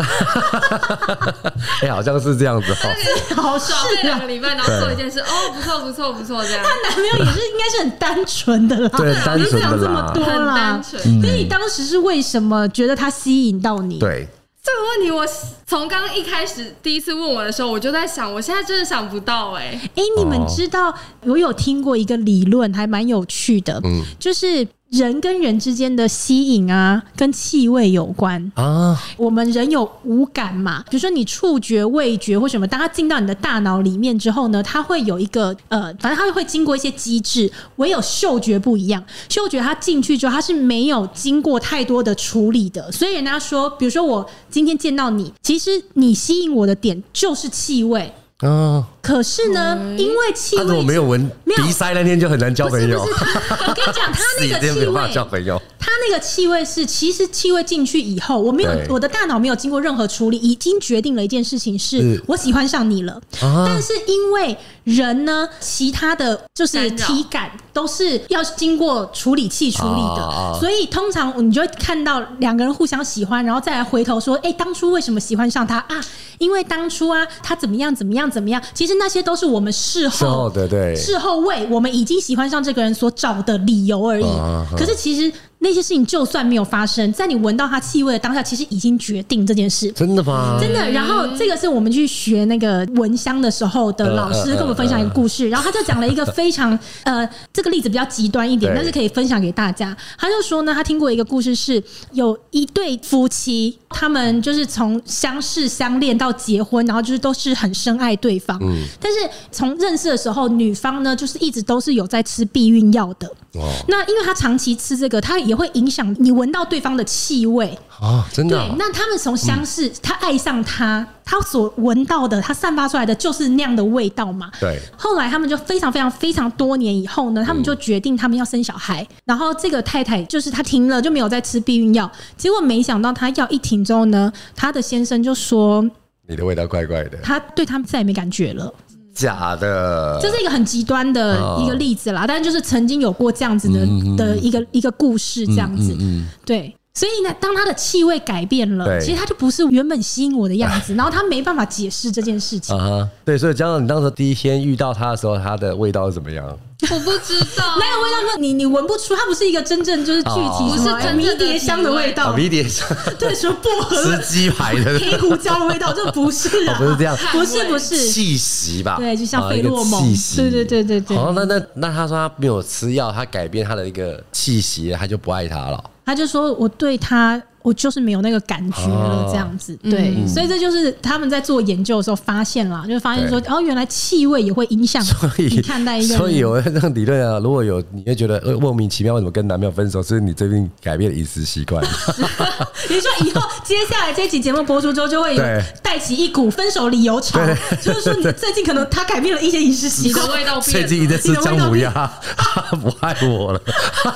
[SPEAKER 2] 哎，好像是这样子哦。
[SPEAKER 1] 好
[SPEAKER 3] 耍废
[SPEAKER 1] 是
[SPEAKER 3] 两
[SPEAKER 1] 啊
[SPEAKER 3] 个，礼拜，然后做一件事，哦，不错不错不错，这样
[SPEAKER 1] 她男朋友也是应该是很单纯的啦，
[SPEAKER 2] 哦对嗯很单纯的
[SPEAKER 1] 哦
[SPEAKER 2] 啦
[SPEAKER 1] 不是想这么多
[SPEAKER 3] 很
[SPEAKER 1] 啦
[SPEAKER 3] 单。纯。
[SPEAKER 1] 所以你当时是为什么觉得他吸引到你？，
[SPEAKER 2] 对，
[SPEAKER 3] 这个问题我从刚一开始第一次问我的时候，我就在想，我现在真的想不到哎，
[SPEAKER 1] 哎，你们
[SPEAKER 2] 哦
[SPEAKER 1] 知道我有听过一个理论，还蛮有趣的，
[SPEAKER 2] 嗯
[SPEAKER 1] 就是人跟人之间的吸引啊，跟气味有关。
[SPEAKER 2] 啊，
[SPEAKER 1] 我们人有五感嘛，比如说你触觉、味觉或什么，当它进到你的大脑里面之后呢，它会有一个呃，反正它会经过一些机制。唯有嗅觉不一样，嗅觉它进去之后，它是没有经过太多的处理的。所以人家说，比如说我今天见到你，其实你吸引我的点就是气味，
[SPEAKER 2] 啊，
[SPEAKER 1] 可是呢，因为气
[SPEAKER 2] 他
[SPEAKER 1] 味
[SPEAKER 2] 啊如果没有闻
[SPEAKER 1] 没有
[SPEAKER 2] 鼻塞那天就很难交
[SPEAKER 1] 不
[SPEAKER 2] 朋
[SPEAKER 1] 是
[SPEAKER 2] 友
[SPEAKER 1] 不，是，我跟你讲，它
[SPEAKER 2] 自己
[SPEAKER 1] 那个
[SPEAKER 2] 真没
[SPEAKER 1] 气
[SPEAKER 2] 有办法交
[SPEAKER 1] 味。
[SPEAKER 2] 朋友。
[SPEAKER 1] 它那个气味是，其实气味进去以后，我没有
[SPEAKER 2] 对
[SPEAKER 1] 我的大脑没有经过任何处理，已经决定了一件事情是，
[SPEAKER 2] 是
[SPEAKER 1] 我喜欢上你了。
[SPEAKER 2] 啊
[SPEAKER 1] 但是因为人呢，其他的就是
[SPEAKER 3] 干扰
[SPEAKER 1] 体感都是要经过处理器处理的，
[SPEAKER 2] 啊啊
[SPEAKER 1] 所以通常你就会看到两个人互相喜欢，然后再来回头说，哎、当初为什么喜欢上他啊？因为当初啊，他怎么样怎么样怎么样，其实那些都是我们事后
[SPEAKER 2] 事后哦的对
[SPEAKER 1] 哦事后为我们已经喜欢上这个人所找的理由而已。
[SPEAKER 2] 啊啊啊
[SPEAKER 1] 可是其实。那些事情就算没有发生，在你闻到它气味的当下，其实已经决定这件事。
[SPEAKER 2] 真的吗？
[SPEAKER 1] 真的，然后这个是我们去学那个闻香的时候的老师跟我们分享一个故事，然后他就讲了一个非常呃，这个例子比较极端一点，
[SPEAKER 2] 对
[SPEAKER 1] 但是可以分享给大家。他就说呢，他听过一个故事是，有一对夫妻，他们就是从相识、相恋到结婚，然后就是都是很深爱对方，但是从认识的时候，女方呢就是一直都是有在吃避孕药的。
[SPEAKER 2] 哦
[SPEAKER 1] 那因为她长期吃这个，她也会影响你闻到对方的气味，
[SPEAKER 2] 啊，真的啊、
[SPEAKER 1] 对，那他们从相识，他爱上他，他所闻到的，他散发出来的就是那样的味道嘛。
[SPEAKER 2] 对
[SPEAKER 1] 后来他们就非常非常非常多年以后呢，他们就决定他们要生小孩。然后这个太太就是她停了，就没有再吃避孕药。结果没想到她药一停之后呢，她的先生就说
[SPEAKER 2] 你的味道怪怪的，
[SPEAKER 1] 他对他们再也没感觉了。
[SPEAKER 2] 假的，
[SPEAKER 1] 这是一个很极端的一个例子啦，但就是曾经有过这样子的的一个一个故事，这样
[SPEAKER 2] 嗯
[SPEAKER 1] 子，对。所以呢，当它的气味改变了，
[SPEAKER 2] 对
[SPEAKER 1] 其实它就不是原本吸引我的样 子，然后他没办法解释这件事情
[SPEAKER 2] 啊。哈，对，所以加上你当时第一天遇到他的时候，他的味道是怎么样？
[SPEAKER 3] 我不知道，
[SPEAKER 1] 那个味道，你你闻不出，它不是一个真正就是具体
[SPEAKER 2] 哦
[SPEAKER 1] 什么
[SPEAKER 3] 不是真正的
[SPEAKER 1] 迷迭香的味
[SPEAKER 2] 啊，
[SPEAKER 1] 道，
[SPEAKER 2] 迷迭香
[SPEAKER 1] 对，什么薄荷
[SPEAKER 2] 吃、鸡排 的哦
[SPEAKER 1] 黑胡椒的味道，这不是啊，
[SPEAKER 2] 哦不是这样
[SPEAKER 1] 不是不是，
[SPEAKER 2] 气息吧？
[SPEAKER 1] 对，就像
[SPEAKER 2] 啊
[SPEAKER 1] 费洛
[SPEAKER 2] 一个
[SPEAKER 1] 蒙
[SPEAKER 2] 气，息哦
[SPEAKER 1] 对对对对对，
[SPEAKER 2] 好，那那那他说他没有吃药，他改变他的一个气息，他就不爱他了。
[SPEAKER 1] 他就说我对他，我就是没有那个感觉了，
[SPEAKER 2] 哦
[SPEAKER 1] 这样子。对，
[SPEAKER 3] 嗯
[SPEAKER 1] 所以这就是他们在做研究的时候发现啦，就发现说，
[SPEAKER 2] 对
[SPEAKER 1] 哦，原来气味也会影响
[SPEAKER 2] 所
[SPEAKER 1] 你
[SPEAKER 2] 以
[SPEAKER 1] 看待一个人。
[SPEAKER 2] 所以有这种理论啊，如果有你会觉得呃莫名其妙为什么跟男朋友分手，是你最近改变了饮食习 惯。
[SPEAKER 1] 你说以后接下来这期节目播出之后，就会有
[SPEAKER 2] 对
[SPEAKER 1] 带起一股分手理由潮，就是 说你最近可能他改变了一些饮食习
[SPEAKER 3] 你
[SPEAKER 1] 惯
[SPEAKER 3] 的。味道
[SPEAKER 2] 最
[SPEAKER 3] 变
[SPEAKER 2] 近一直
[SPEAKER 3] 了，
[SPEAKER 2] 吃姜母鸭，他 不爱我了。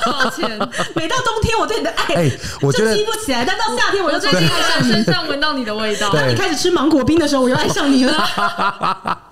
[SPEAKER 3] 抱歉，
[SPEAKER 1] 每到冬天，我对你的爱
[SPEAKER 2] 哎我觉得
[SPEAKER 1] 就激不起来，但到夏天，我
[SPEAKER 3] 我
[SPEAKER 1] 就
[SPEAKER 3] 最
[SPEAKER 1] 最
[SPEAKER 3] 近
[SPEAKER 1] 近
[SPEAKER 3] 好想身上闻到你的味道。
[SPEAKER 2] 对
[SPEAKER 1] 你开始吃芒果冰的时候，我又爱上你 了。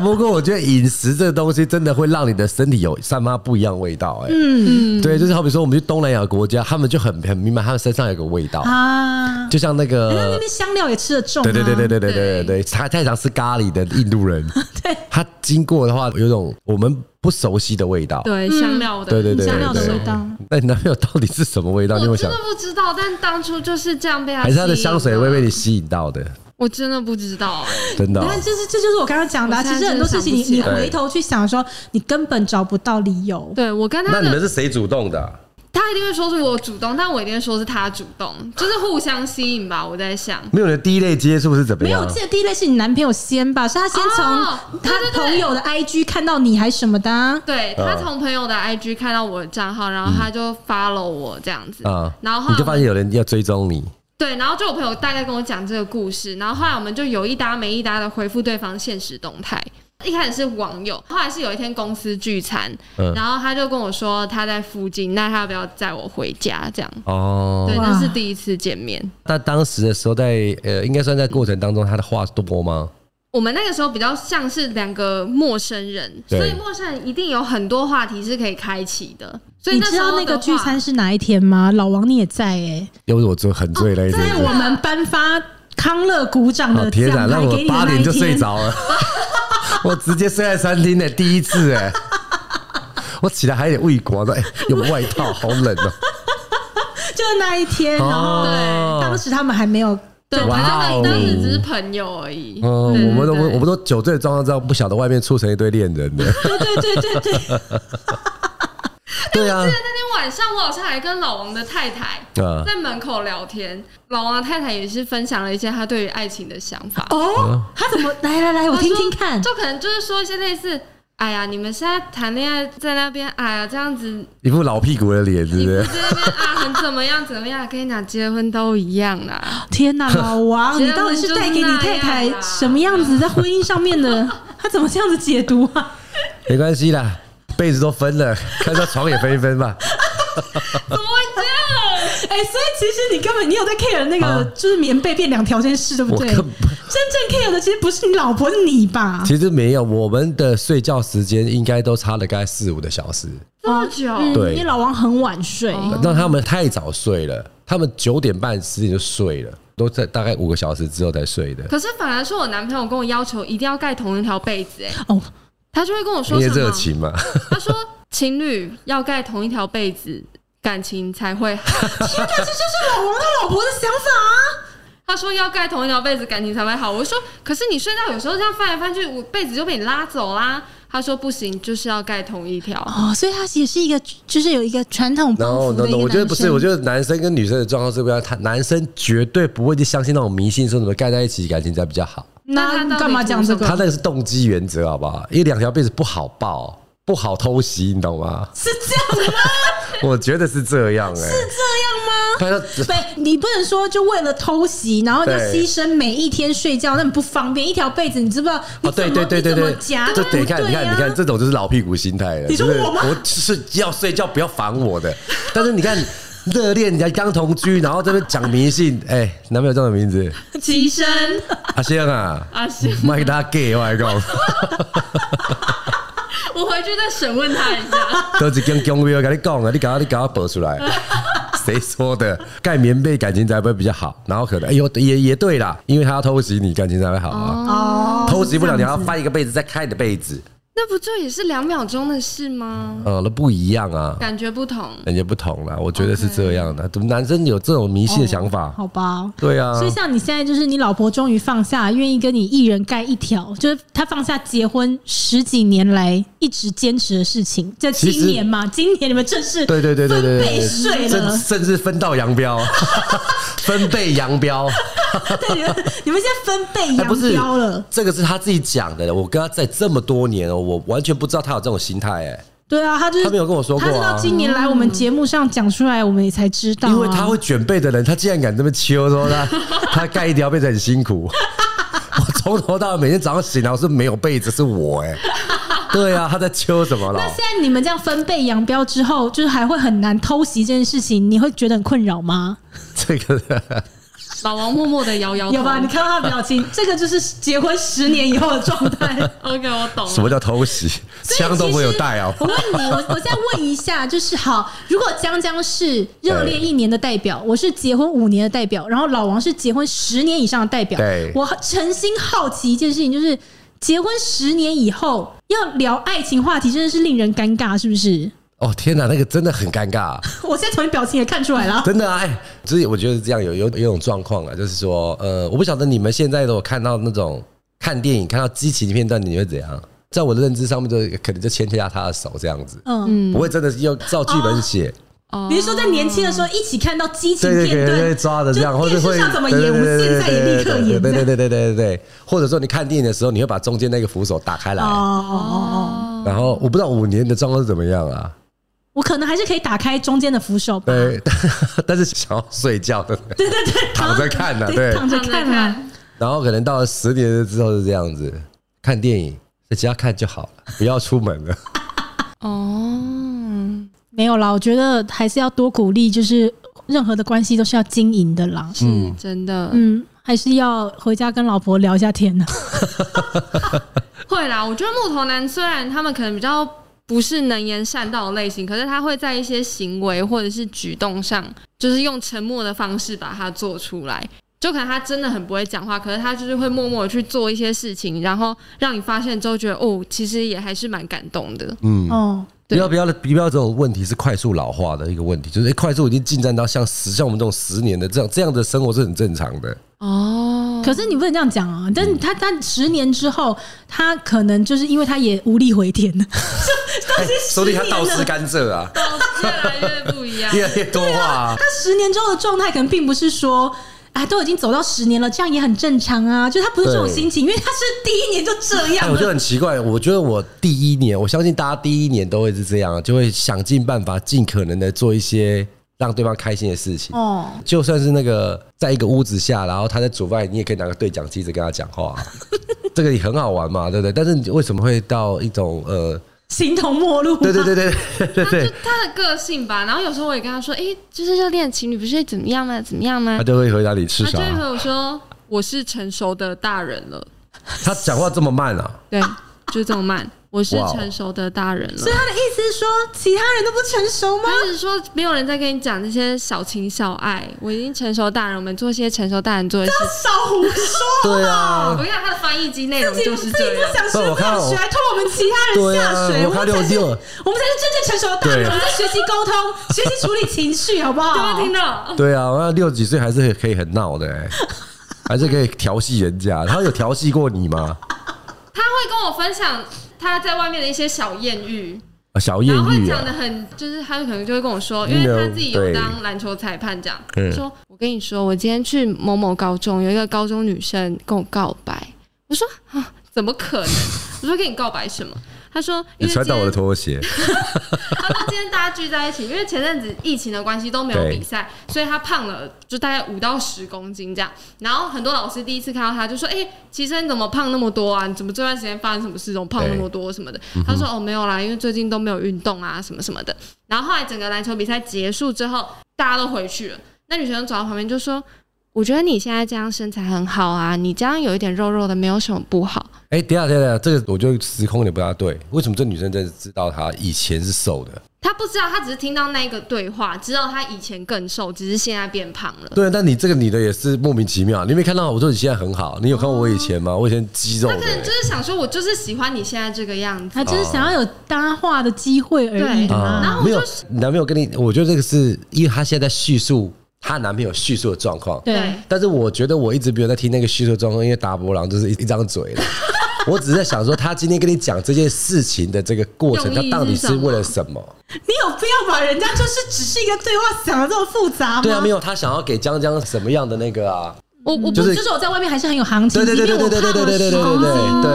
[SPEAKER 2] 不过我觉得饮食这个东西真的会让你的身体有散发不一样的味道、哎，嗯，对，就是好比说我们去东南亚国家，他们就很很明白，他们身上有个味道，
[SPEAKER 1] 啊，
[SPEAKER 2] 就像那
[SPEAKER 1] 那那
[SPEAKER 2] 个。
[SPEAKER 1] 边香料也吃的重、啊，
[SPEAKER 2] 呃对对对对对对
[SPEAKER 3] 对
[SPEAKER 2] 对对对，他太常吃咖喱的印度人，
[SPEAKER 1] 对
[SPEAKER 2] 他经过的话有种我们不熟悉的味道。
[SPEAKER 3] 对，香料的，
[SPEAKER 2] 对对对
[SPEAKER 1] 香料
[SPEAKER 2] 对
[SPEAKER 1] 的
[SPEAKER 2] 对
[SPEAKER 1] 味道。
[SPEAKER 2] 那你男朋友到底是什么味道？你有没
[SPEAKER 3] 我
[SPEAKER 2] 有
[SPEAKER 3] 真
[SPEAKER 2] 想
[SPEAKER 3] 的？不知道，但当初就是这样被他，
[SPEAKER 2] 还是他的香水味被你，吸引到的？
[SPEAKER 3] 我真的不知道、 哎
[SPEAKER 2] 真的哦、
[SPEAKER 1] 你看，就是这就是我刚刚讲的啊、
[SPEAKER 3] 我
[SPEAKER 1] 其
[SPEAKER 3] 现在
[SPEAKER 1] 实很多事情你，你
[SPEAKER 3] 真的想不起来
[SPEAKER 1] 回头去想的时候，你根本找不到理由。
[SPEAKER 2] 啊
[SPEAKER 3] 对我跟他
[SPEAKER 2] 那你们
[SPEAKER 3] 的，
[SPEAKER 2] 是谁主动的啊、
[SPEAKER 3] 他一定会说是我主动，但我一定会说是他主动，就是互相吸引吧。我在想，
[SPEAKER 2] 没有人第一类接触是怎么
[SPEAKER 1] 没有，
[SPEAKER 2] 样
[SPEAKER 1] 我？记得第一类是你男朋友先吧，是他先
[SPEAKER 3] 哦
[SPEAKER 1] 从
[SPEAKER 3] 对
[SPEAKER 1] 他
[SPEAKER 3] 对对
[SPEAKER 1] 朋友的 IG 看到你还什么的啊、
[SPEAKER 3] 对他从朋友的 IG 看到我的账号，然后他就 follow 我这样子，
[SPEAKER 2] 嗯啊，
[SPEAKER 3] 然后后来
[SPEAKER 2] 你就发现有人要追踪你，
[SPEAKER 3] 对，然后就有朋友大概跟我讲这个故事，然后后来我们就有一搭没一搭的回复对方现实动态。一开始是网友，后来是有一天公司聚餐，
[SPEAKER 2] 嗯
[SPEAKER 3] 然后他就跟我说他在附近，那他要不要载我回家？这样，
[SPEAKER 2] 哦
[SPEAKER 3] 对，
[SPEAKER 1] 哇
[SPEAKER 3] 那是第一次见面。
[SPEAKER 2] 那当时的时候在，呃，应该算在过程当中，他的话多吗？
[SPEAKER 3] 我们那个时候比较像是两个陌生人，
[SPEAKER 2] 对
[SPEAKER 3] 所以陌生人一定有很多话题是可以开启的。所以
[SPEAKER 1] 你
[SPEAKER 3] 那
[SPEAKER 1] 知
[SPEAKER 3] 时候
[SPEAKER 1] 道
[SPEAKER 3] 的
[SPEAKER 1] 那个
[SPEAKER 3] 话
[SPEAKER 1] 聚餐是哪一天吗？老王你也在哎、
[SPEAKER 2] 又是我醉很醉了一次。
[SPEAKER 1] 在我们颁发康乐鼓掌
[SPEAKER 2] 哦
[SPEAKER 1] 的
[SPEAKER 2] 天
[SPEAKER 1] 奖
[SPEAKER 2] 哪，让
[SPEAKER 1] 牌
[SPEAKER 2] 我
[SPEAKER 1] 给你的
[SPEAKER 2] 八
[SPEAKER 1] 那
[SPEAKER 2] 点
[SPEAKER 1] 一
[SPEAKER 2] 就睡
[SPEAKER 1] 天，
[SPEAKER 2] 着了， 我直接睡在餐厅的第一次 哎、我起来还有点胃光，说哎、有外套，好冷哦、
[SPEAKER 1] 就是那一天，然后
[SPEAKER 2] 哦
[SPEAKER 1] 当时他们还没有
[SPEAKER 3] 对，
[SPEAKER 2] 哇
[SPEAKER 3] 反正
[SPEAKER 2] 哦
[SPEAKER 3] 当时只是朋友而已。
[SPEAKER 2] 哦，
[SPEAKER 3] 对
[SPEAKER 2] 我们都
[SPEAKER 3] 对对
[SPEAKER 2] 我们都酒醉的状况之下，不晓得外面促成一堆恋人的。
[SPEAKER 1] 对对对对对，
[SPEAKER 2] 对 啊，
[SPEAKER 3] 那天晚上，我好像还跟老王的太太
[SPEAKER 2] 啊
[SPEAKER 3] 在门口聊天，老王的太太也是分享了一些她对于爱情的想法。
[SPEAKER 1] 哦，他怎么来来来，我
[SPEAKER 3] 她说
[SPEAKER 1] 哦听听看，
[SPEAKER 3] 就可能就是说一些类似。哎呀，你们现在谈恋爱在那边，哎呀，这样子，
[SPEAKER 2] 一副老屁股的脸，是不
[SPEAKER 3] 你不
[SPEAKER 2] 是？
[SPEAKER 3] 在那边啊，很怎么样怎么样？跟你讲，结婚都一样啊 啦。
[SPEAKER 1] 天呐，老 王，你到底是啊带给你太太什么样子在婚姻上面 的？他怎么这样子解读啊？
[SPEAKER 2] 没关系啦，被子都分了，看到床也分一分吧。
[SPEAKER 3] 怎么会这样？
[SPEAKER 1] 哎、所以其实你根本你有在 care 那个
[SPEAKER 2] 啊
[SPEAKER 1] 就是棉被变两条这件事，对不
[SPEAKER 2] 我
[SPEAKER 1] 对？
[SPEAKER 2] 根
[SPEAKER 1] 真
[SPEAKER 2] 本
[SPEAKER 1] 正 care 的其实不是你老婆，是你吧？
[SPEAKER 2] 其实没有，我们的睡觉时间应该都差了大概四五个小时，
[SPEAKER 3] 这么久？
[SPEAKER 1] 嗯，
[SPEAKER 2] 对
[SPEAKER 1] 因为老王很晚睡，
[SPEAKER 2] 让他们太早睡了，他们九点半十点就睡了，都在大概五个小时之后才睡的。
[SPEAKER 3] 可是反而是我男朋友跟我要求一定要盖同一条被子、哎，
[SPEAKER 1] 哦，
[SPEAKER 3] 他就会跟我
[SPEAKER 2] 因
[SPEAKER 3] 说
[SPEAKER 2] 为
[SPEAKER 3] 什
[SPEAKER 2] 热
[SPEAKER 3] 么？
[SPEAKER 2] 情嘛，
[SPEAKER 3] 他说情侣要盖同一条被子，感情才会 好。
[SPEAKER 1] 天哪，这就是老王他老婆的想法啊！
[SPEAKER 3] 他说要盖同一条被子，感情才会好。我说，可是你睡觉有时候这样翻来翻去，我被子就被你拉走啦。他说不行，就是要盖同一条。
[SPEAKER 1] 哦，所以他也是一个，就是有一个传统包
[SPEAKER 2] 然后
[SPEAKER 1] 袱
[SPEAKER 2] 呢
[SPEAKER 1] 的一个
[SPEAKER 2] 我觉得不是，
[SPEAKER 1] 男生
[SPEAKER 2] 我觉得男生跟女生的状况是不一样。他男生绝对不会去相信那种迷信，说什么盖在一起感情才比较好。
[SPEAKER 1] 那
[SPEAKER 3] 他到底
[SPEAKER 1] 干嘛讲这个？
[SPEAKER 2] 他那个是动机原则，好不好？因为两条被子不好抱，不好偷袭，你懂吗？
[SPEAKER 1] 是这样吗？
[SPEAKER 2] 我觉得是这样哎、
[SPEAKER 1] 是这
[SPEAKER 2] 看
[SPEAKER 1] 样吗？
[SPEAKER 2] 他
[SPEAKER 1] 对，你不能说就为了偷袭，然后就
[SPEAKER 2] 对
[SPEAKER 1] 牺牲每一天睡觉，那很不方便。一条被子，你知不知道？你
[SPEAKER 2] 哦，
[SPEAKER 1] 怎
[SPEAKER 2] 对
[SPEAKER 1] 么
[SPEAKER 2] 对对对
[SPEAKER 1] 你怎么
[SPEAKER 2] 对，
[SPEAKER 1] 夹
[SPEAKER 2] 就
[SPEAKER 1] 都
[SPEAKER 2] 得
[SPEAKER 1] 不
[SPEAKER 2] 看，你
[SPEAKER 1] 对
[SPEAKER 2] 看，
[SPEAKER 1] 啊
[SPEAKER 2] 你看，这种就是老屁股心态了。
[SPEAKER 1] 你说
[SPEAKER 2] 就是
[SPEAKER 1] 我吗
[SPEAKER 2] 我就是要睡觉，不要烦我的。但是你看，热恋人家刚同居，然后这边讲迷信，哎、男朋友叫什么名字？
[SPEAKER 3] 提升
[SPEAKER 2] 阿香啊，
[SPEAKER 3] 阿星，
[SPEAKER 2] 麦他 gay 我 来讲，
[SPEAKER 3] 我回去再审问他一 下。
[SPEAKER 2] 都是跟姜伟跟你讲啊，你赶快你赶快播出来。谁说的？盖棉被感情才会比较好，然后可能哎呦也也对啦，因为他要偷袭你，感情才会好啊。
[SPEAKER 1] 哦，
[SPEAKER 2] 偷袭不了，
[SPEAKER 1] 是
[SPEAKER 2] 你
[SPEAKER 1] 这样
[SPEAKER 2] 要
[SPEAKER 1] 子
[SPEAKER 2] 翻一个被子，再开你的被子，
[SPEAKER 3] 那不就也是两秒钟的事吗？
[SPEAKER 2] 嗯，那不一样啊。
[SPEAKER 3] 感觉不同。
[SPEAKER 2] 人家不同啦，我觉得是这样的。怎么男生有这种迷信的想法？
[SPEAKER 1] 好吧。
[SPEAKER 2] 对啊，
[SPEAKER 1] 所以像你现在就是你老婆终于放下，愿意跟你一人盖一条，就是她放下结婚十几年来一直坚持的事情。在
[SPEAKER 2] 其实
[SPEAKER 1] 今年嘛，今年你们正式
[SPEAKER 2] 对对对对对
[SPEAKER 1] 分
[SPEAKER 2] 对
[SPEAKER 1] 贝睡
[SPEAKER 2] 甚
[SPEAKER 1] 了，
[SPEAKER 2] 甚至分道扬镳，分贝扬镳，
[SPEAKER 1] 对，你们你们现在分贝
[SPEAKER 2] 哎不
[SPEAKER 1] 扬
[SPEAKER 2] 是
[SPEAKER 1] 镳了。
[SPEAKER 2] 这个是他自己讲的。我跟他在这么多年哦，我完全不知道他有这种心态哎，
[SPEAKER 1] 对啊，他就是
[SPEAKER 2] 他没有跟我说过啊
[SPEAKER 1] 他是到今年来我们节目上讲出来，我们也才知道啊、
[SPEAKER 2] 因为他会卷被的人，他竟然敢这么秋说他他盖一条被子很辛苦。我从头到尾每天早上醒来，我是没有被子，是我哎。对啊，他在秋什么了
[SPEAKER 1] 那？现在你们这样分贝扬镳之后，就是还会很难偷袭这件事情，你会觉得很困扰 吗？
[SPEAKER 2] 这个
[SPEAKER 3] 老王默默的摇摇头。
[SPEAKER 1] 有吧？你看到他的表情，这个就是结婚十年以后的状态。
[SPEAKER 3] OK，我懂了。
[SPEAKER 2] 什么叫偷袭？
[SPEAKER 1] 所以
[SPEAKER 2] 枪都
[SPEAKER 1] 其
[SPEAKER 2] 没有
[SPEAKER 1] 实
[SPEAKER 2] 带哦。
[SPEAKER 1] 我问你，我我再问一下，就是好，如果江江是热恋一年的代表，我是结婚五年的代表，然后老王是结婚十年以上的代表，
[SPEAKER 2] 对
[SPEAKER 1] 我诚心好奇一件事情，就是结婚十年以后要聊爱情话题，真的是令人尴尬，是不是？
[SPEAKER 2] 哦天哪，那个真的很尴尬，啊
[SPEAKER 1] 我现在从你表情也看出来了。
[SPEAKER 2] 真的啊！哎，就是我觉得这样有有有一种状况啊，就是说，呃，我不晓得你们现在如果看到那种看电影看到激情片段，你会怎样？在我的认知上面，就可能就牵下他的手这样子，
[SPEAKER 1] 嗯，
[SPEAKER 2] 不会真的要照剧本写，
[SPEAKER 3] 哦
[SPEAKER 1] 你是说在年轻的时候一起看到激情
[SPEAKER 2] 对对
[SPEAKER 1] 片
[SPEAKER 2] 对对，
[SPEAKER 1] 段，
[SPEAKER 2] 抓的这样，
[SPEAKER 1] 就
[SPEAKER 2] 或者
[SPEAKER 1] 电
[SPEAKER 2] 会
[SPEAKER 1] 视上怎么演，我们现在也立刻演这
[SPEAKER 2] 对
[SPEAKER 1] 样
[SPEAKER 2] 对对对对对对，或者说你看电影的时候，你会把中间那个扶手打开来，
[SPEAKER 1] 哦哦哦，
[SPEAKER 3] 哦
[SPEAKER 2] 然后我不知道五年的状况是怎么样啊，
[SPEAKER 1] 我可能还是可以打开中间的扶手吧。
[SPEAKER 2] 对， 但是想要睡觉的，
[SPEAKER 1] 对对对，
[SPEAKER 2] 躺着看的，
[SPEAKER 1] 对
[SPEAKER 2] 对，
[SPEAKER 1] 躺着
[SPEAKER 3] 躺着
[SPEAKER 1] 看啊
[SPEAKER 3] 看。
[SPEAKER 2] 然后可能到了十年之后是这样子，看电影在家看就好 了，不要出门了。
[SPEAKER 3] 哦，
[SPEAKER 1] 没有啦，我觉得还是要多鼓励，就是任何的关系都是要经营的啦。
[SPEAKER 3] 是真的，
[SPEAKER 1] 嗯，还是要回家跟老婆聊一下天呢、啊
[SPEAKER 3] 会啦。我觉得木头男虽然他们可能比较不是能言善道的类型，可是他会在一些行为或者是举动上，就是用沉默的方式把它做出来。就可能他真的很不会讲话，可是他就是会默默地去做一些事情，然后让你发现之后觉得哦，其实也还是蛮感动的。
[SPEAKER 2] 嗯
[SPEAKER 1] 哦，
[SPEAKER 2] 不
[SPEAKER 3] 对
[SPEAKER 2] 要不要不要这种问题是快速老化的一个问题，就是、诶哎快速已经进展到像十像我们这种十年的这样这样的生活是很正常的。
[SPEAKER 3] 哦，
[SPEAKER 1] 可是你不能这样讲啊！但
[SPEAKER 2] 嗯
[SPEAKER 1] 是他他十年之后，他可能就是因为他也无力回天了，
[SPEAKER 2] 哎说不定他
[SPEAKER 1] 十年
[SPEAKER 2] 倒
[SPEAKER 1] 了
[SPEAKER 2] 吃甘蔗啊，。
[SPEAKER 3] 越来越不一样
[SPEAKER 2] 越来越多话、啊
[SPEAKER 1] 他。十年之后的状态可能并不是说。啊，都已经走到十年了，这样也很正常啊。就他不是这种
[SPEAKER 2] 对
[SPEAKER 1] 心情，因为他是第一年就这样
[SPEAKER 2] 哎，
[SPEAKER 1] 了。
[SPEAKER 2] 我就很奇怪，我觉得我第一年，我相信大家第一年都会是这样，就会想尽办法，尽可能的做一些让对方开心的事情。
[SPEAKER 1] 哦，
[SPEAKER 2] 就算是那个在一个屋子下，然后他在煮饭，你也可以拿个对讲机子跟他讲话、 这个也很好玩嘛，对不对？但是你为什么会到一种 呃，
[SPEAKER 1] 形同陌路。
[SPEAKER 2] 对对对对对对
[SPEAKER 3] 就
[SPEAKER 2] 对，
[SPEAKER 3] 他的个性吧。然后有时候我也跟他说，哎、就是热恋情侣不是怎么样吗？怎么样吗
[SPEAKER 2] 他？就会回答你吃
[SPEAKER 3] 他就啊
[SPEAKER 2] 啥
[SPEAKER 3] 会？和我说，我是成熟的大人了，
[SPEAKER 2] 他讲话这么慢啊？
[SPEAKER 3] 对，就是这么慢。我是
[SPEAKER 2] 哇哦
[SPEAKER 3] 成熟的大人了
[SPEAKER 1] 所以。他的意思是说，其他人都不成熟吗？
[SPEAKER 3] 他一直说没有人在跟你讲这些小情小爱，我已经成熟大人，我们做一些成熟大人做的事情。
[SPEAKER 1] 少胡说！
[SPEAKER 2] 对啊
[SPEAKER 3] 我，跟你讲，他的翻译机内容
[SPEAKER 1] 自己
[SPEAKER 3] 就
[SPEAKER 1] 自
[SPEAKER 3] 是
[SPEAKER 1] 己
[SPEAKER 3] 这
[SPEAKER 1] 不
[SPEAKER 3] 样。
[SPEAKER 1] 想学，
[SPEAKER 2] 不我
[SPEAKER 1] 不
[SPEAKER 2] 看
[SPEAKER 1] 想学，还拖我们其他人
[SPEAKER 2] 对
[SPEAKER 1] 下
[SPEAKER 2] 啊
[SPEAKER 1] 水，，
[SPEAKER 2] 我看
[SPEAKER 1] 们才
[SPEAKER 2] 六
[SPEAKER 1] 是
[SPEAKER 2] 六，
[SPEAKER 1] 我们才是真正成熟的大人，
[SPEAKER 2] 对
[SPEAKER 1] 我们在学习沟通，学习处理情绪，好不
[SPEAKER 3] 有没
[SPEAKER 1] 好
[SPEAKER 3] 有？听到？
[SPEAKER 2] 对啊，我那六几岁还是可以很闹 的、欸，还是可以调戏人家。他有调戏过你吗？
[SPEAKER 3] 他会跟我分享他在外面的一些小艳遇，
[SPEAKER 2] 啊小艳
[SPEAKER 3] 然后会
[SPEAKER 2] 遇
[SPEAKER 3] 讲
[SPEAKER 2] 啊，
[SPEAKER 3] 的很，就是他可能就会跟我说，因为他自己有当篮球裁判这样
[SPEAKER 2] 嗯，
[SPEAKER 3] 说我跟你说，我今天去某某高中，有一个高中女生跟我告白，我说啊，怎么可能？我说跟你告白什么？他说因
[SPEAKER 2] 你
[SPEAKER 3] 为今
[SPEAKER 2] 穿到我
[SPEAKER 3] 天
[SPEAKER 2] 的拖鞋，
[SPEAKER 3] 他说今天大家聚在一起，因为前阵子疫情的关系都没有比赛，所以他胖了就大概五到十公斤这样。然后很多老师第一次看到他就说：“哎、其实你怎么胖那么多啊？你怎么这段时间发生什么事，怎么胖那么多什么的？”他说：“哦，没有啦，因为最近都没有运动啊，什么什么的。”然后后来整个篮球比赛结束之后，大家都回去了，那女生走到旁边就说。我觉得你现在这样身材很好啊，你这样有一点肉肉的，没有什么不好。
[SPEAKER 2] 哎、等一下等一下，这个我就时空有点不大对。为什么这女生真的知道她以前是瘦的？
[SPEAKER 3] 她不知道，她只是听到那个对话，知道她以前更瘦，只是现在变胖了。
[SPEAKER 2] 对，但你这个女的也是莫名其妙。你没看到我说你现在很好，你有看过我以前吗？我以前肌肉
[SPEAKER 3] 他
[SPEAKER 2] 的、
[SPEAKER 3] 可能就是想说，我就是喜欢你现在这个样子。
[SPEAKER 1] 他就是想要有搭话的机会而已
[SPEAKER 3] 对
[SPEAKER 1] 嘛。
[SPEAKER 3] 然后我
[SPEAKER 2] 没有
[SPEAKER 3] 就是
[SPEAKER 2] 男朋友跟你，我觉得这个是因为她现在在叙述她男朋友叙述的状况。
[SPEAKER 1] 对，
[SPEAKER 2] 但是我觉得我一直没有在听那个叙述状况，因为达波郎就是一一张嘴了。我只是在想说，他今天跟你讲这件事情的这个过程，
[SPEAKER 3] 用
[SPEAKER 2] 他
[SPEAKER 3] 意
[SPEAKER 2] 到底
[SPEAKER 3] 是
[SPEAKER 2] 是
[SPEAKER 3] 什么
[SPEAKER 2] 为了什么？
[SPEAKER 1] 你有必要把人家就是只是一个对话想的这么复杂吗？
[SPEAKER 2] 对啊，没有，他想要给江江什么样的那个啊？
[SPEAKER 3] 我我
[SPEAKER 2] 就
[SPEAKER 1] 就是是就是我在外面还是很有行情，
[SPEAKER 2] 对对对对对对对对对对对
[SPEAKER 1] 即便我胖了十公斤
[SPEAKER 2] 对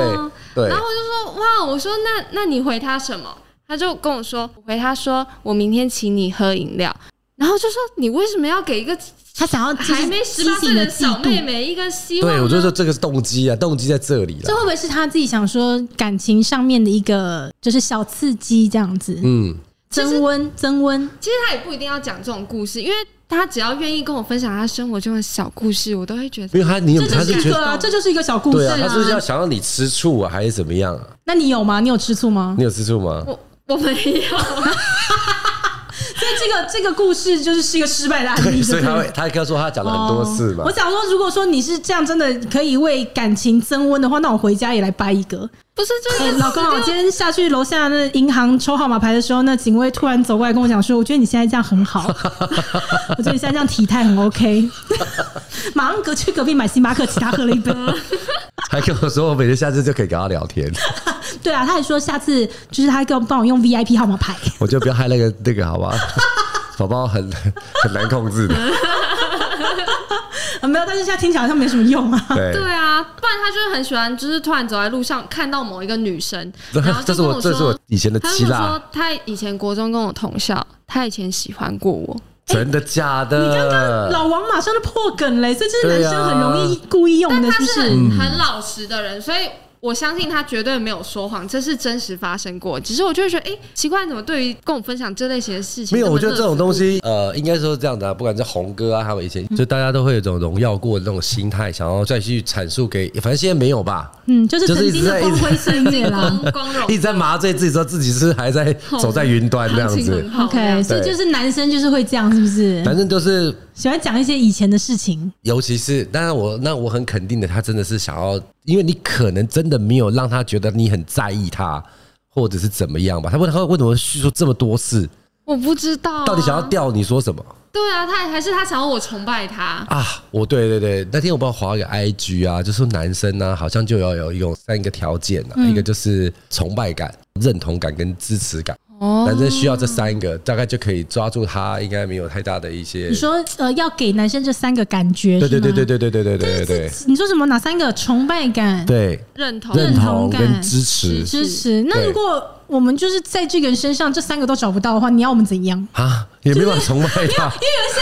[SPEAKER 2] 对
[SPEAKER 3] 然
[SPEAKER 2] 对
[SPEAKER 3] 后。我就说哇，我说那那你回他什么？他就跟我说，我回他说我明天请你喝饮料。然后就说你为什么要给一个
[SPEAKER 1] 他想要就是
[SPEAKER 3] 还没十八
[SPEAKER 1] 激
[SPEAKER 3] 岁
[SPEAKER 1] 起你
[SPEAKER 3] 的
[SPEAKER 1] 的
[SPEAKER 3] 小
[SPEAKER 1] 嫉妒
[SPEAKER 3] 妹妹一个希望呢？
[SPEAKER 2] 对，我就说这个是动机啊，动机在这里
[SPEAKER 1] 这
[SPEAKER 2] 了。
[SPEAKER 1] 会不会是他自己想说感情上面的一个就是小刺激这样子，
[SPEAKER 2] 嗯，
[SPEAKER 1] 增温增温？
[SPEAKER 3] 其实他也不一定要讲这种故事，因为他只要愿意跟我分享他生活中的小故事，我都会觉得
[SPEAKER 2] 因为他你有
[SPEAKER 1] 这
[SPEAKER 2] 他
[SPEAKER 1] 就是是
[SPEAKER 2] 觉
[SPEAKER 1] 一
[SPEAKER 2] 得
[SPEAKER 1] 个啊，这就是一个小故
[SPEAKER 2] 对
[SPEAKER 1] 事嗯
[SPEAKER 2] 啊，他是不是要想让你吃醋啊，还是怎么样啊？
[SPEAKER 1] 那你有吗？你有吃醋吗？
[SPEAKER 2] 你有吃醋吗？
[SPEAKER 3] 我我没有。
[SPEAKER 1] 所以这个这个故事就是是一个失败的案例，对
[SPEAKER 2] 对，所以
[SPEAKER 1] 不对
[SPEAKER 2] 他会，他刚说他讲了很多次嘛
[SPEAKER 1] 哦我。想说，如果说你是这样，真的可以为感情增温的话，那我回家也来掰一 个。
[SPEAKER 3] 不是， 就是、
[SPEAKER 1] 哎、老公啊，我今天下去楼下那银行抽号码牌的时候，那警卫突然走过来跟我讲说：“我觉得你现在这样很 好，我觉得你现在这样体态很 OK。”马上隔去隔壁买星巴克，请他喝了一 杯。
[SPEAKER 2] 还跟我说我每天下次就可以跟他聊天，
[SPEAKER 1] 对啊，他还说下次就是他给我帮我用 VIP 号码 牌。
[SPEAKER 2] 我就不要害那个那个好 吧？宝宝很很难控制的，
[SPEAKER 1] 啊没有，但是现在听起来好像没什么用啊。
[SPEAKER 2] 对。
[SPEAKER 3] 对啊，不然他就是很喜欢，就是突然走在路上看到某一个女生，然后
[SPEAKER 2] 这
[SPEAKER 3] 就是跟我
[SPEAKER 2] 我这是我
[SPEAKER 3] 说，
[SPEAKER 2] 以前的
[SPEAKER 3] 他
[SPEAKER 2] 希
[SPEAKER 3] 就跟我说
[SPEAKER 2] 腊，
[SPEAKER 3] 他以前国中跟我同校，他以前喜欢过我。
[SPEAKER 2] 真的假
[SPEAKER 1] 你刚刚
[SPEAKER 2] 的？
[SPEAKER 1] 老王马上就破梗嘞，所以这是男生很容易
[SPEAKER 2] 对
[SPEAKER 1] 故意用
[SPEAKER 3] 但
[SPEAKER 1] 的，
[SPEAKER 3] 他
[SPEAKER 1] 是不
[SPEAKER 3] 是
[SPEAKER 1] 啊是？
[SPEAKER 3] 很
[SPEAKER 2] 嗯
[SPEAKER 3] 很老实的人，所以。我相信他绝对没有说谎，这是真实发生过。只是我就会觉得，哎、奇怪，怎么对于跟我分享这类型的事情，
[SPEAKER 2] 没有，我觉得这种东，西，呃，应该说是这样的、啊，不管是红哥啊，他们以
[SPEAKER 1] 嗯
[SPEAKER 2] 前就大家都会有一种荣耀过的那种心态，想要再去阐述给，反正现在没有吧，
[SPEAKER 1] 嗯，就是
[SPEAKER 2] 就是
[SPEAKER 1] 曾
[SPEAKER 2] 一直
[SPEAKER 1] 经的
[SPEAKER 2] 在
[SPEAKER 1] 光辉岁月啦。
[SPEAKER 3] 光光荣
[SPEAKER 2] 一，直在麻醉自己，说自己是还在走在云端这样
[SPEAKER 3] 行情
[SPEAKER 2] 子
[SPEAKER 3] 很。好
[SPEAKER 1] OK，所以就是男生就是会这样，是不是？
[SPEAKER 2] 反正就是，
[SPEAKER 1] 喜欢讲一些以前的事情，
[SPEAKER 2] 尤其是，当然我那我很肯定的，他真的是想要，因为你可能真的没有让他觉得你很在意他，或者是怎么样吧。他问他为什么叙述这么多次，
[SPEAKER 3] 我不知道、啊
[SPEAKER 2] 到底想要？吊你说什么？
[SPEAKER 3] 对啊，他还是他想要我崇拜他，
[SPEAKER 2] 啊，我对对对，那天我帮我划一个 IG 啊，就说男生呢、好像就要有一种三个条件啊，一个就是崇拜感、认同感跟支持感，
[SPEAKER 3] 哦
[SPEAKER 2] 男生需要这三个，大概就可以抓住他，应该没有太大的一些
[SPEAKER 1] 你。说呃要给男生这三个感觉，
[SPEAKER 2] 对对对对
[SPEAKER 1] 对，
[SPEAKER 2] 对对对对对对对
[SPEAKER 1] 你说什么哪三个？崇拜感、
[SPEAKER 2] 对，
[SPEAKER 3] 认同，
[SPEAKER 2] 认同
[SPEAKER 1] 同感
[SPEAKER 2] 跟支持
[SPEAKER 1] 支持。那如果我们就是在这个人身上这三个都找不到的话，你要我们怎样？
[SPEAKER 2] 啊，也没办法崇拜 他。
[SPEAKER 1] 因为有一些人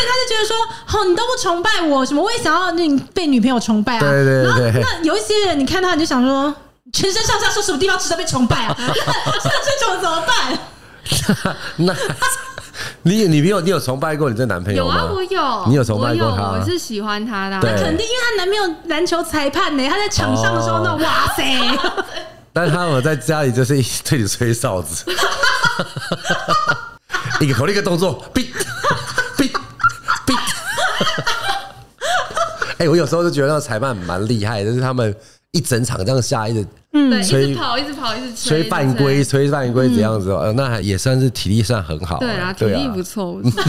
[SPEAKER 1] 他就觉得说，哦，你都不崇拜我，什么我也想要那被女朋友崇拜啊。
[SPEAKER 2] 对对对
[SPEAKER 1] 然后
[SPEAKER 2] 对
[SPEAKER 1] 那有一些人，你看他你就想说，全身上下说什么地方值得被崇拜啊？ 像这种怎么办？
[SPEAKER 2] 那你你没有你有崇拜过你这男朋友
[SPEAKER 3] 有
[SPEAKER 2] 吗？
[SPEAKER 3] 啊，我有，
[SPEAKER 2] 你有崇拜
[SPEAKER 3] 我
[SPEAKER 2] 过
[SPEAKER 3] 有
[SPEAKER 2] 他
[SPEAKER 3] 我是喜欢他的啊、
[SPEAKER 2] 对
[SPEAKER 1] 肯定，因为她男朋友篮球裁判呢，他在场上的时候，那
[SPEAKER 2] 哦
[SPEAKER 1] 哇塞，
[SPEAKER 2] 但是他们在家里就是一直对你吹哨子， 一个口令一个动作，哔哔哔。 哎、我有时候就觉得那个裁判蛮厉害，就是他们一整场这样下，一直
[SPEAKER 1] 嗯
[SPEAKER 3] 对，一
[SPEAKER 2] 吹
[SPEAKER 3] 直跑，一直跑，一直吹
[SPEAKER 2] 吹犯规、，吹犯规这样子，呃，那还也算是体力算很好啊、
[SPEAKER 3] 一直吹对啊，体力不 错，不错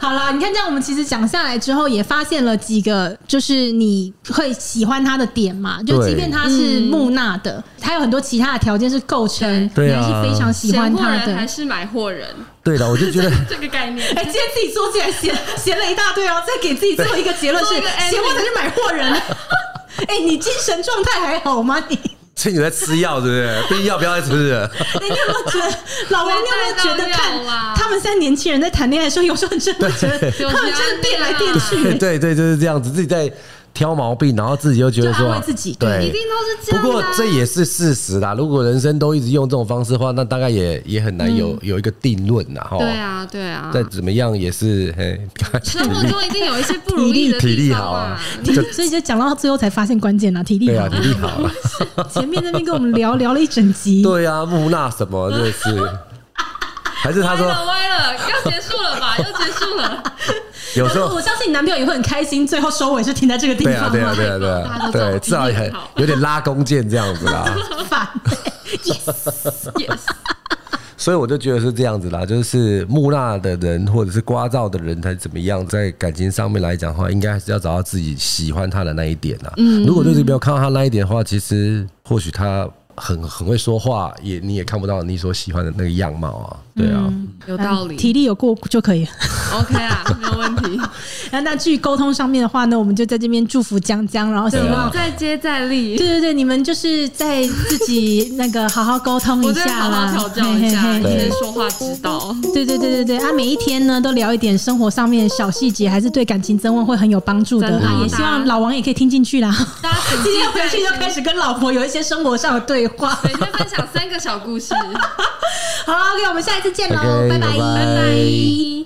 [SPEAKER 1] 好啦，你看这样，我们其实讲下来之后，也发现了几个，就是你会喜欢他的点嘛。就
[SPEAKER 2] 对嗯
[SPEAKER 1] 即便他是木讷的，他有很多其他的条件是构成，
[SPEAKER 2] 对
[SPEAKER 1] 你
[SPEAKER 2] 对
[SPEAKER 1] 还
[SPEAKER 2] 啊
[SPEAKER 1] 是非常喜欢
[SPEAKER 3] 闲货
[SPEAKER 1] 他
[SPEAKER 3] 人
[SPEAKER 1] 的。
[SPEAKER 3] 还是买货人，
[SPEAKER 2] 对了，我就觉得。
[SPEAKER 3] 这个概念
[SPEAKER 1] 哎、。今天自己做竟然闲闲了一大堆哦，再给自己最后一个结论是
[SPEAKER 3] 做一个 ending
[SPEAKER 1] 闲货才是买货人。哎、你精神状态还好吗？你
[SPEAKER 2] 所以你在吃药，对不对？避孕药不要再吃了。
[SPEAKER 1] 哎 你有没有觉得老王？你有没有觉得
[SPEAKER 3] 我也带到料
[SPEAKER 1] 看
[SPEAKER 3] 啦
[SPEAKER 1] 他们现在年轻人在谈恋爱的时候，有时候很真的觉得他们真的变来变去、
[SPEAKER 2] 对对对，就是这样子，自己在挑毛病，然后自己又觉得
[SPEAKER 1] 就
[SPEAKER 2] 说
[SPEAKER 1] 安慰自己
[SPEAKER 3] 一定都是这
[SPEAKER 2] 不
[SPEAKER 3] 样、啊。
[SPEAKER 2] 过这也是事实啦。如果人生都一直用这种方式的话，那大概也也很难有、有一个定论呐，哈。
[SPEAKER 3] 对啊，对啊，
[SPEAKER 2] 再怎么样也是嘿，
[SPEAKER 3] 生活中一定有一些不如意的
[SPEAKER 2] 体力
[SPEAKER 3] 地
[SPEAKER 2] 好
[SPEAKER 3] 方
[SPEAKER 2] 啊
[SPEAKER 3] 嘛。
[SPEAKER 1] 所以就讲到最后才发现关键啦，体力
[SPEAKER 2] 对
[SPEAKER 1] 好
[SPEAKER 2] 啊，。体力好啊，
[SPEAKER 1] 前面那边跟我们聊聊了一整集，
[SPEAKER 2] 对啊，木讷什么真的是，还是他
[SPEAKER 3] 歪
[SPEAKER 2] 说
[SPEAKER 3] 了哎歪了，要结束了 吧？要结束了，
[SPEAKER 2] 有
[SPEAKER 1] 但
[SPEAKER 2] 时
[SPEAKER 1] 是
[SPEAKER 2] 候
[SPEAKER 1] 我相信你男朋友也会很开心，最后收尾是停在这个地
[SPEAKER 2] 对
[SPEAKER 1] 方
[SPEAKER 2] 啊
[SPEAKER 1] 嘛，
[SPEAKER 2] 对啊对啊对
[SPEAKER 3] 大
[SPEAKER 2] 啊
[SPEAKER 3] 家都知道
[SPEAKER 2] 对，
[SPEAKER 3] 我
[SPEAKER 2] 至少也
[SPEAKER 3] 体力
[SPEAKER 2] 很
[SPEAKER 3] 好
[SPEAKER 2] 有点拉弓箭这样子啦。
[SPEAKER 1] 很烦、
[SPEAKER 3] yes，
[SPEAKER 2] 所以我就觉得是这样子啦，就是木讷的人或者是聒噪的人，他怎么样在感情上面来讲的话，应该还是要找到自己喜欢他的那一点啊。嗯，如果对这边有看到他那一点的话，其实或许他很很会说话，也你也看不到你所喜欢的那个样貌啊。对啊，
[SPEAKER 3] 有道
[SPEAKER 1] 嗯
[SPEAKER 3] 理。
[SPEAKER 1] 体力有过就可以了。
[SPEAKER 3] 嗯 OK 啊，没有问题。
[SPEAKER 1] 那那至于沟通上面的话呢，我们就在这边祝福江江，然后希
[SPEAKER 2] 对啊
[SPEAKER 1] 望。
[SPEAKER 3] 再接再
[SPEAKER 1] 对
[SPEAKER 3] 厉，
[SPEAKER 1] 对对，你们就是在自己那个好好沟通
[SPEAKER 3] 我
[SPEAKER 1] 一
[SPEAKER 3] 再
[SPEAKER 1] 下
[SPEAKER 3] 好
[SPEAKER 1] 啦，
[SPEAKER 3] 好调教一下
[SPEAKER 1] 嘿嘿
[SPEAKER 3] 一
[SPEAKER 1] 嘿
[SPEAKER 3] 些说话之道。
[SPEAKER 1] 对对对对对，啊，每一天呢都聊一点生活上面的小细节，还是对感情增温会很有帮助的
[SPEAKER 3] 真的
[SPEAKER 1] 啊。也希望老王也可以听进去啦。
[SPEAKER 3] 大家请
[SPEAKER 1] 今天回
[SPEAKER 3] 再
[SPEAKER 1] 去就开始跟老婆有一些生活上的对话。
[SPEAKER 3] 每天分享三个小故事。
[SPEAKER 1] 好了，OK，我们下一次见喽
[SPEAKER 2] OK，
[SPEAKER 1] 拜拜
[SPEAKER 2] 拜拜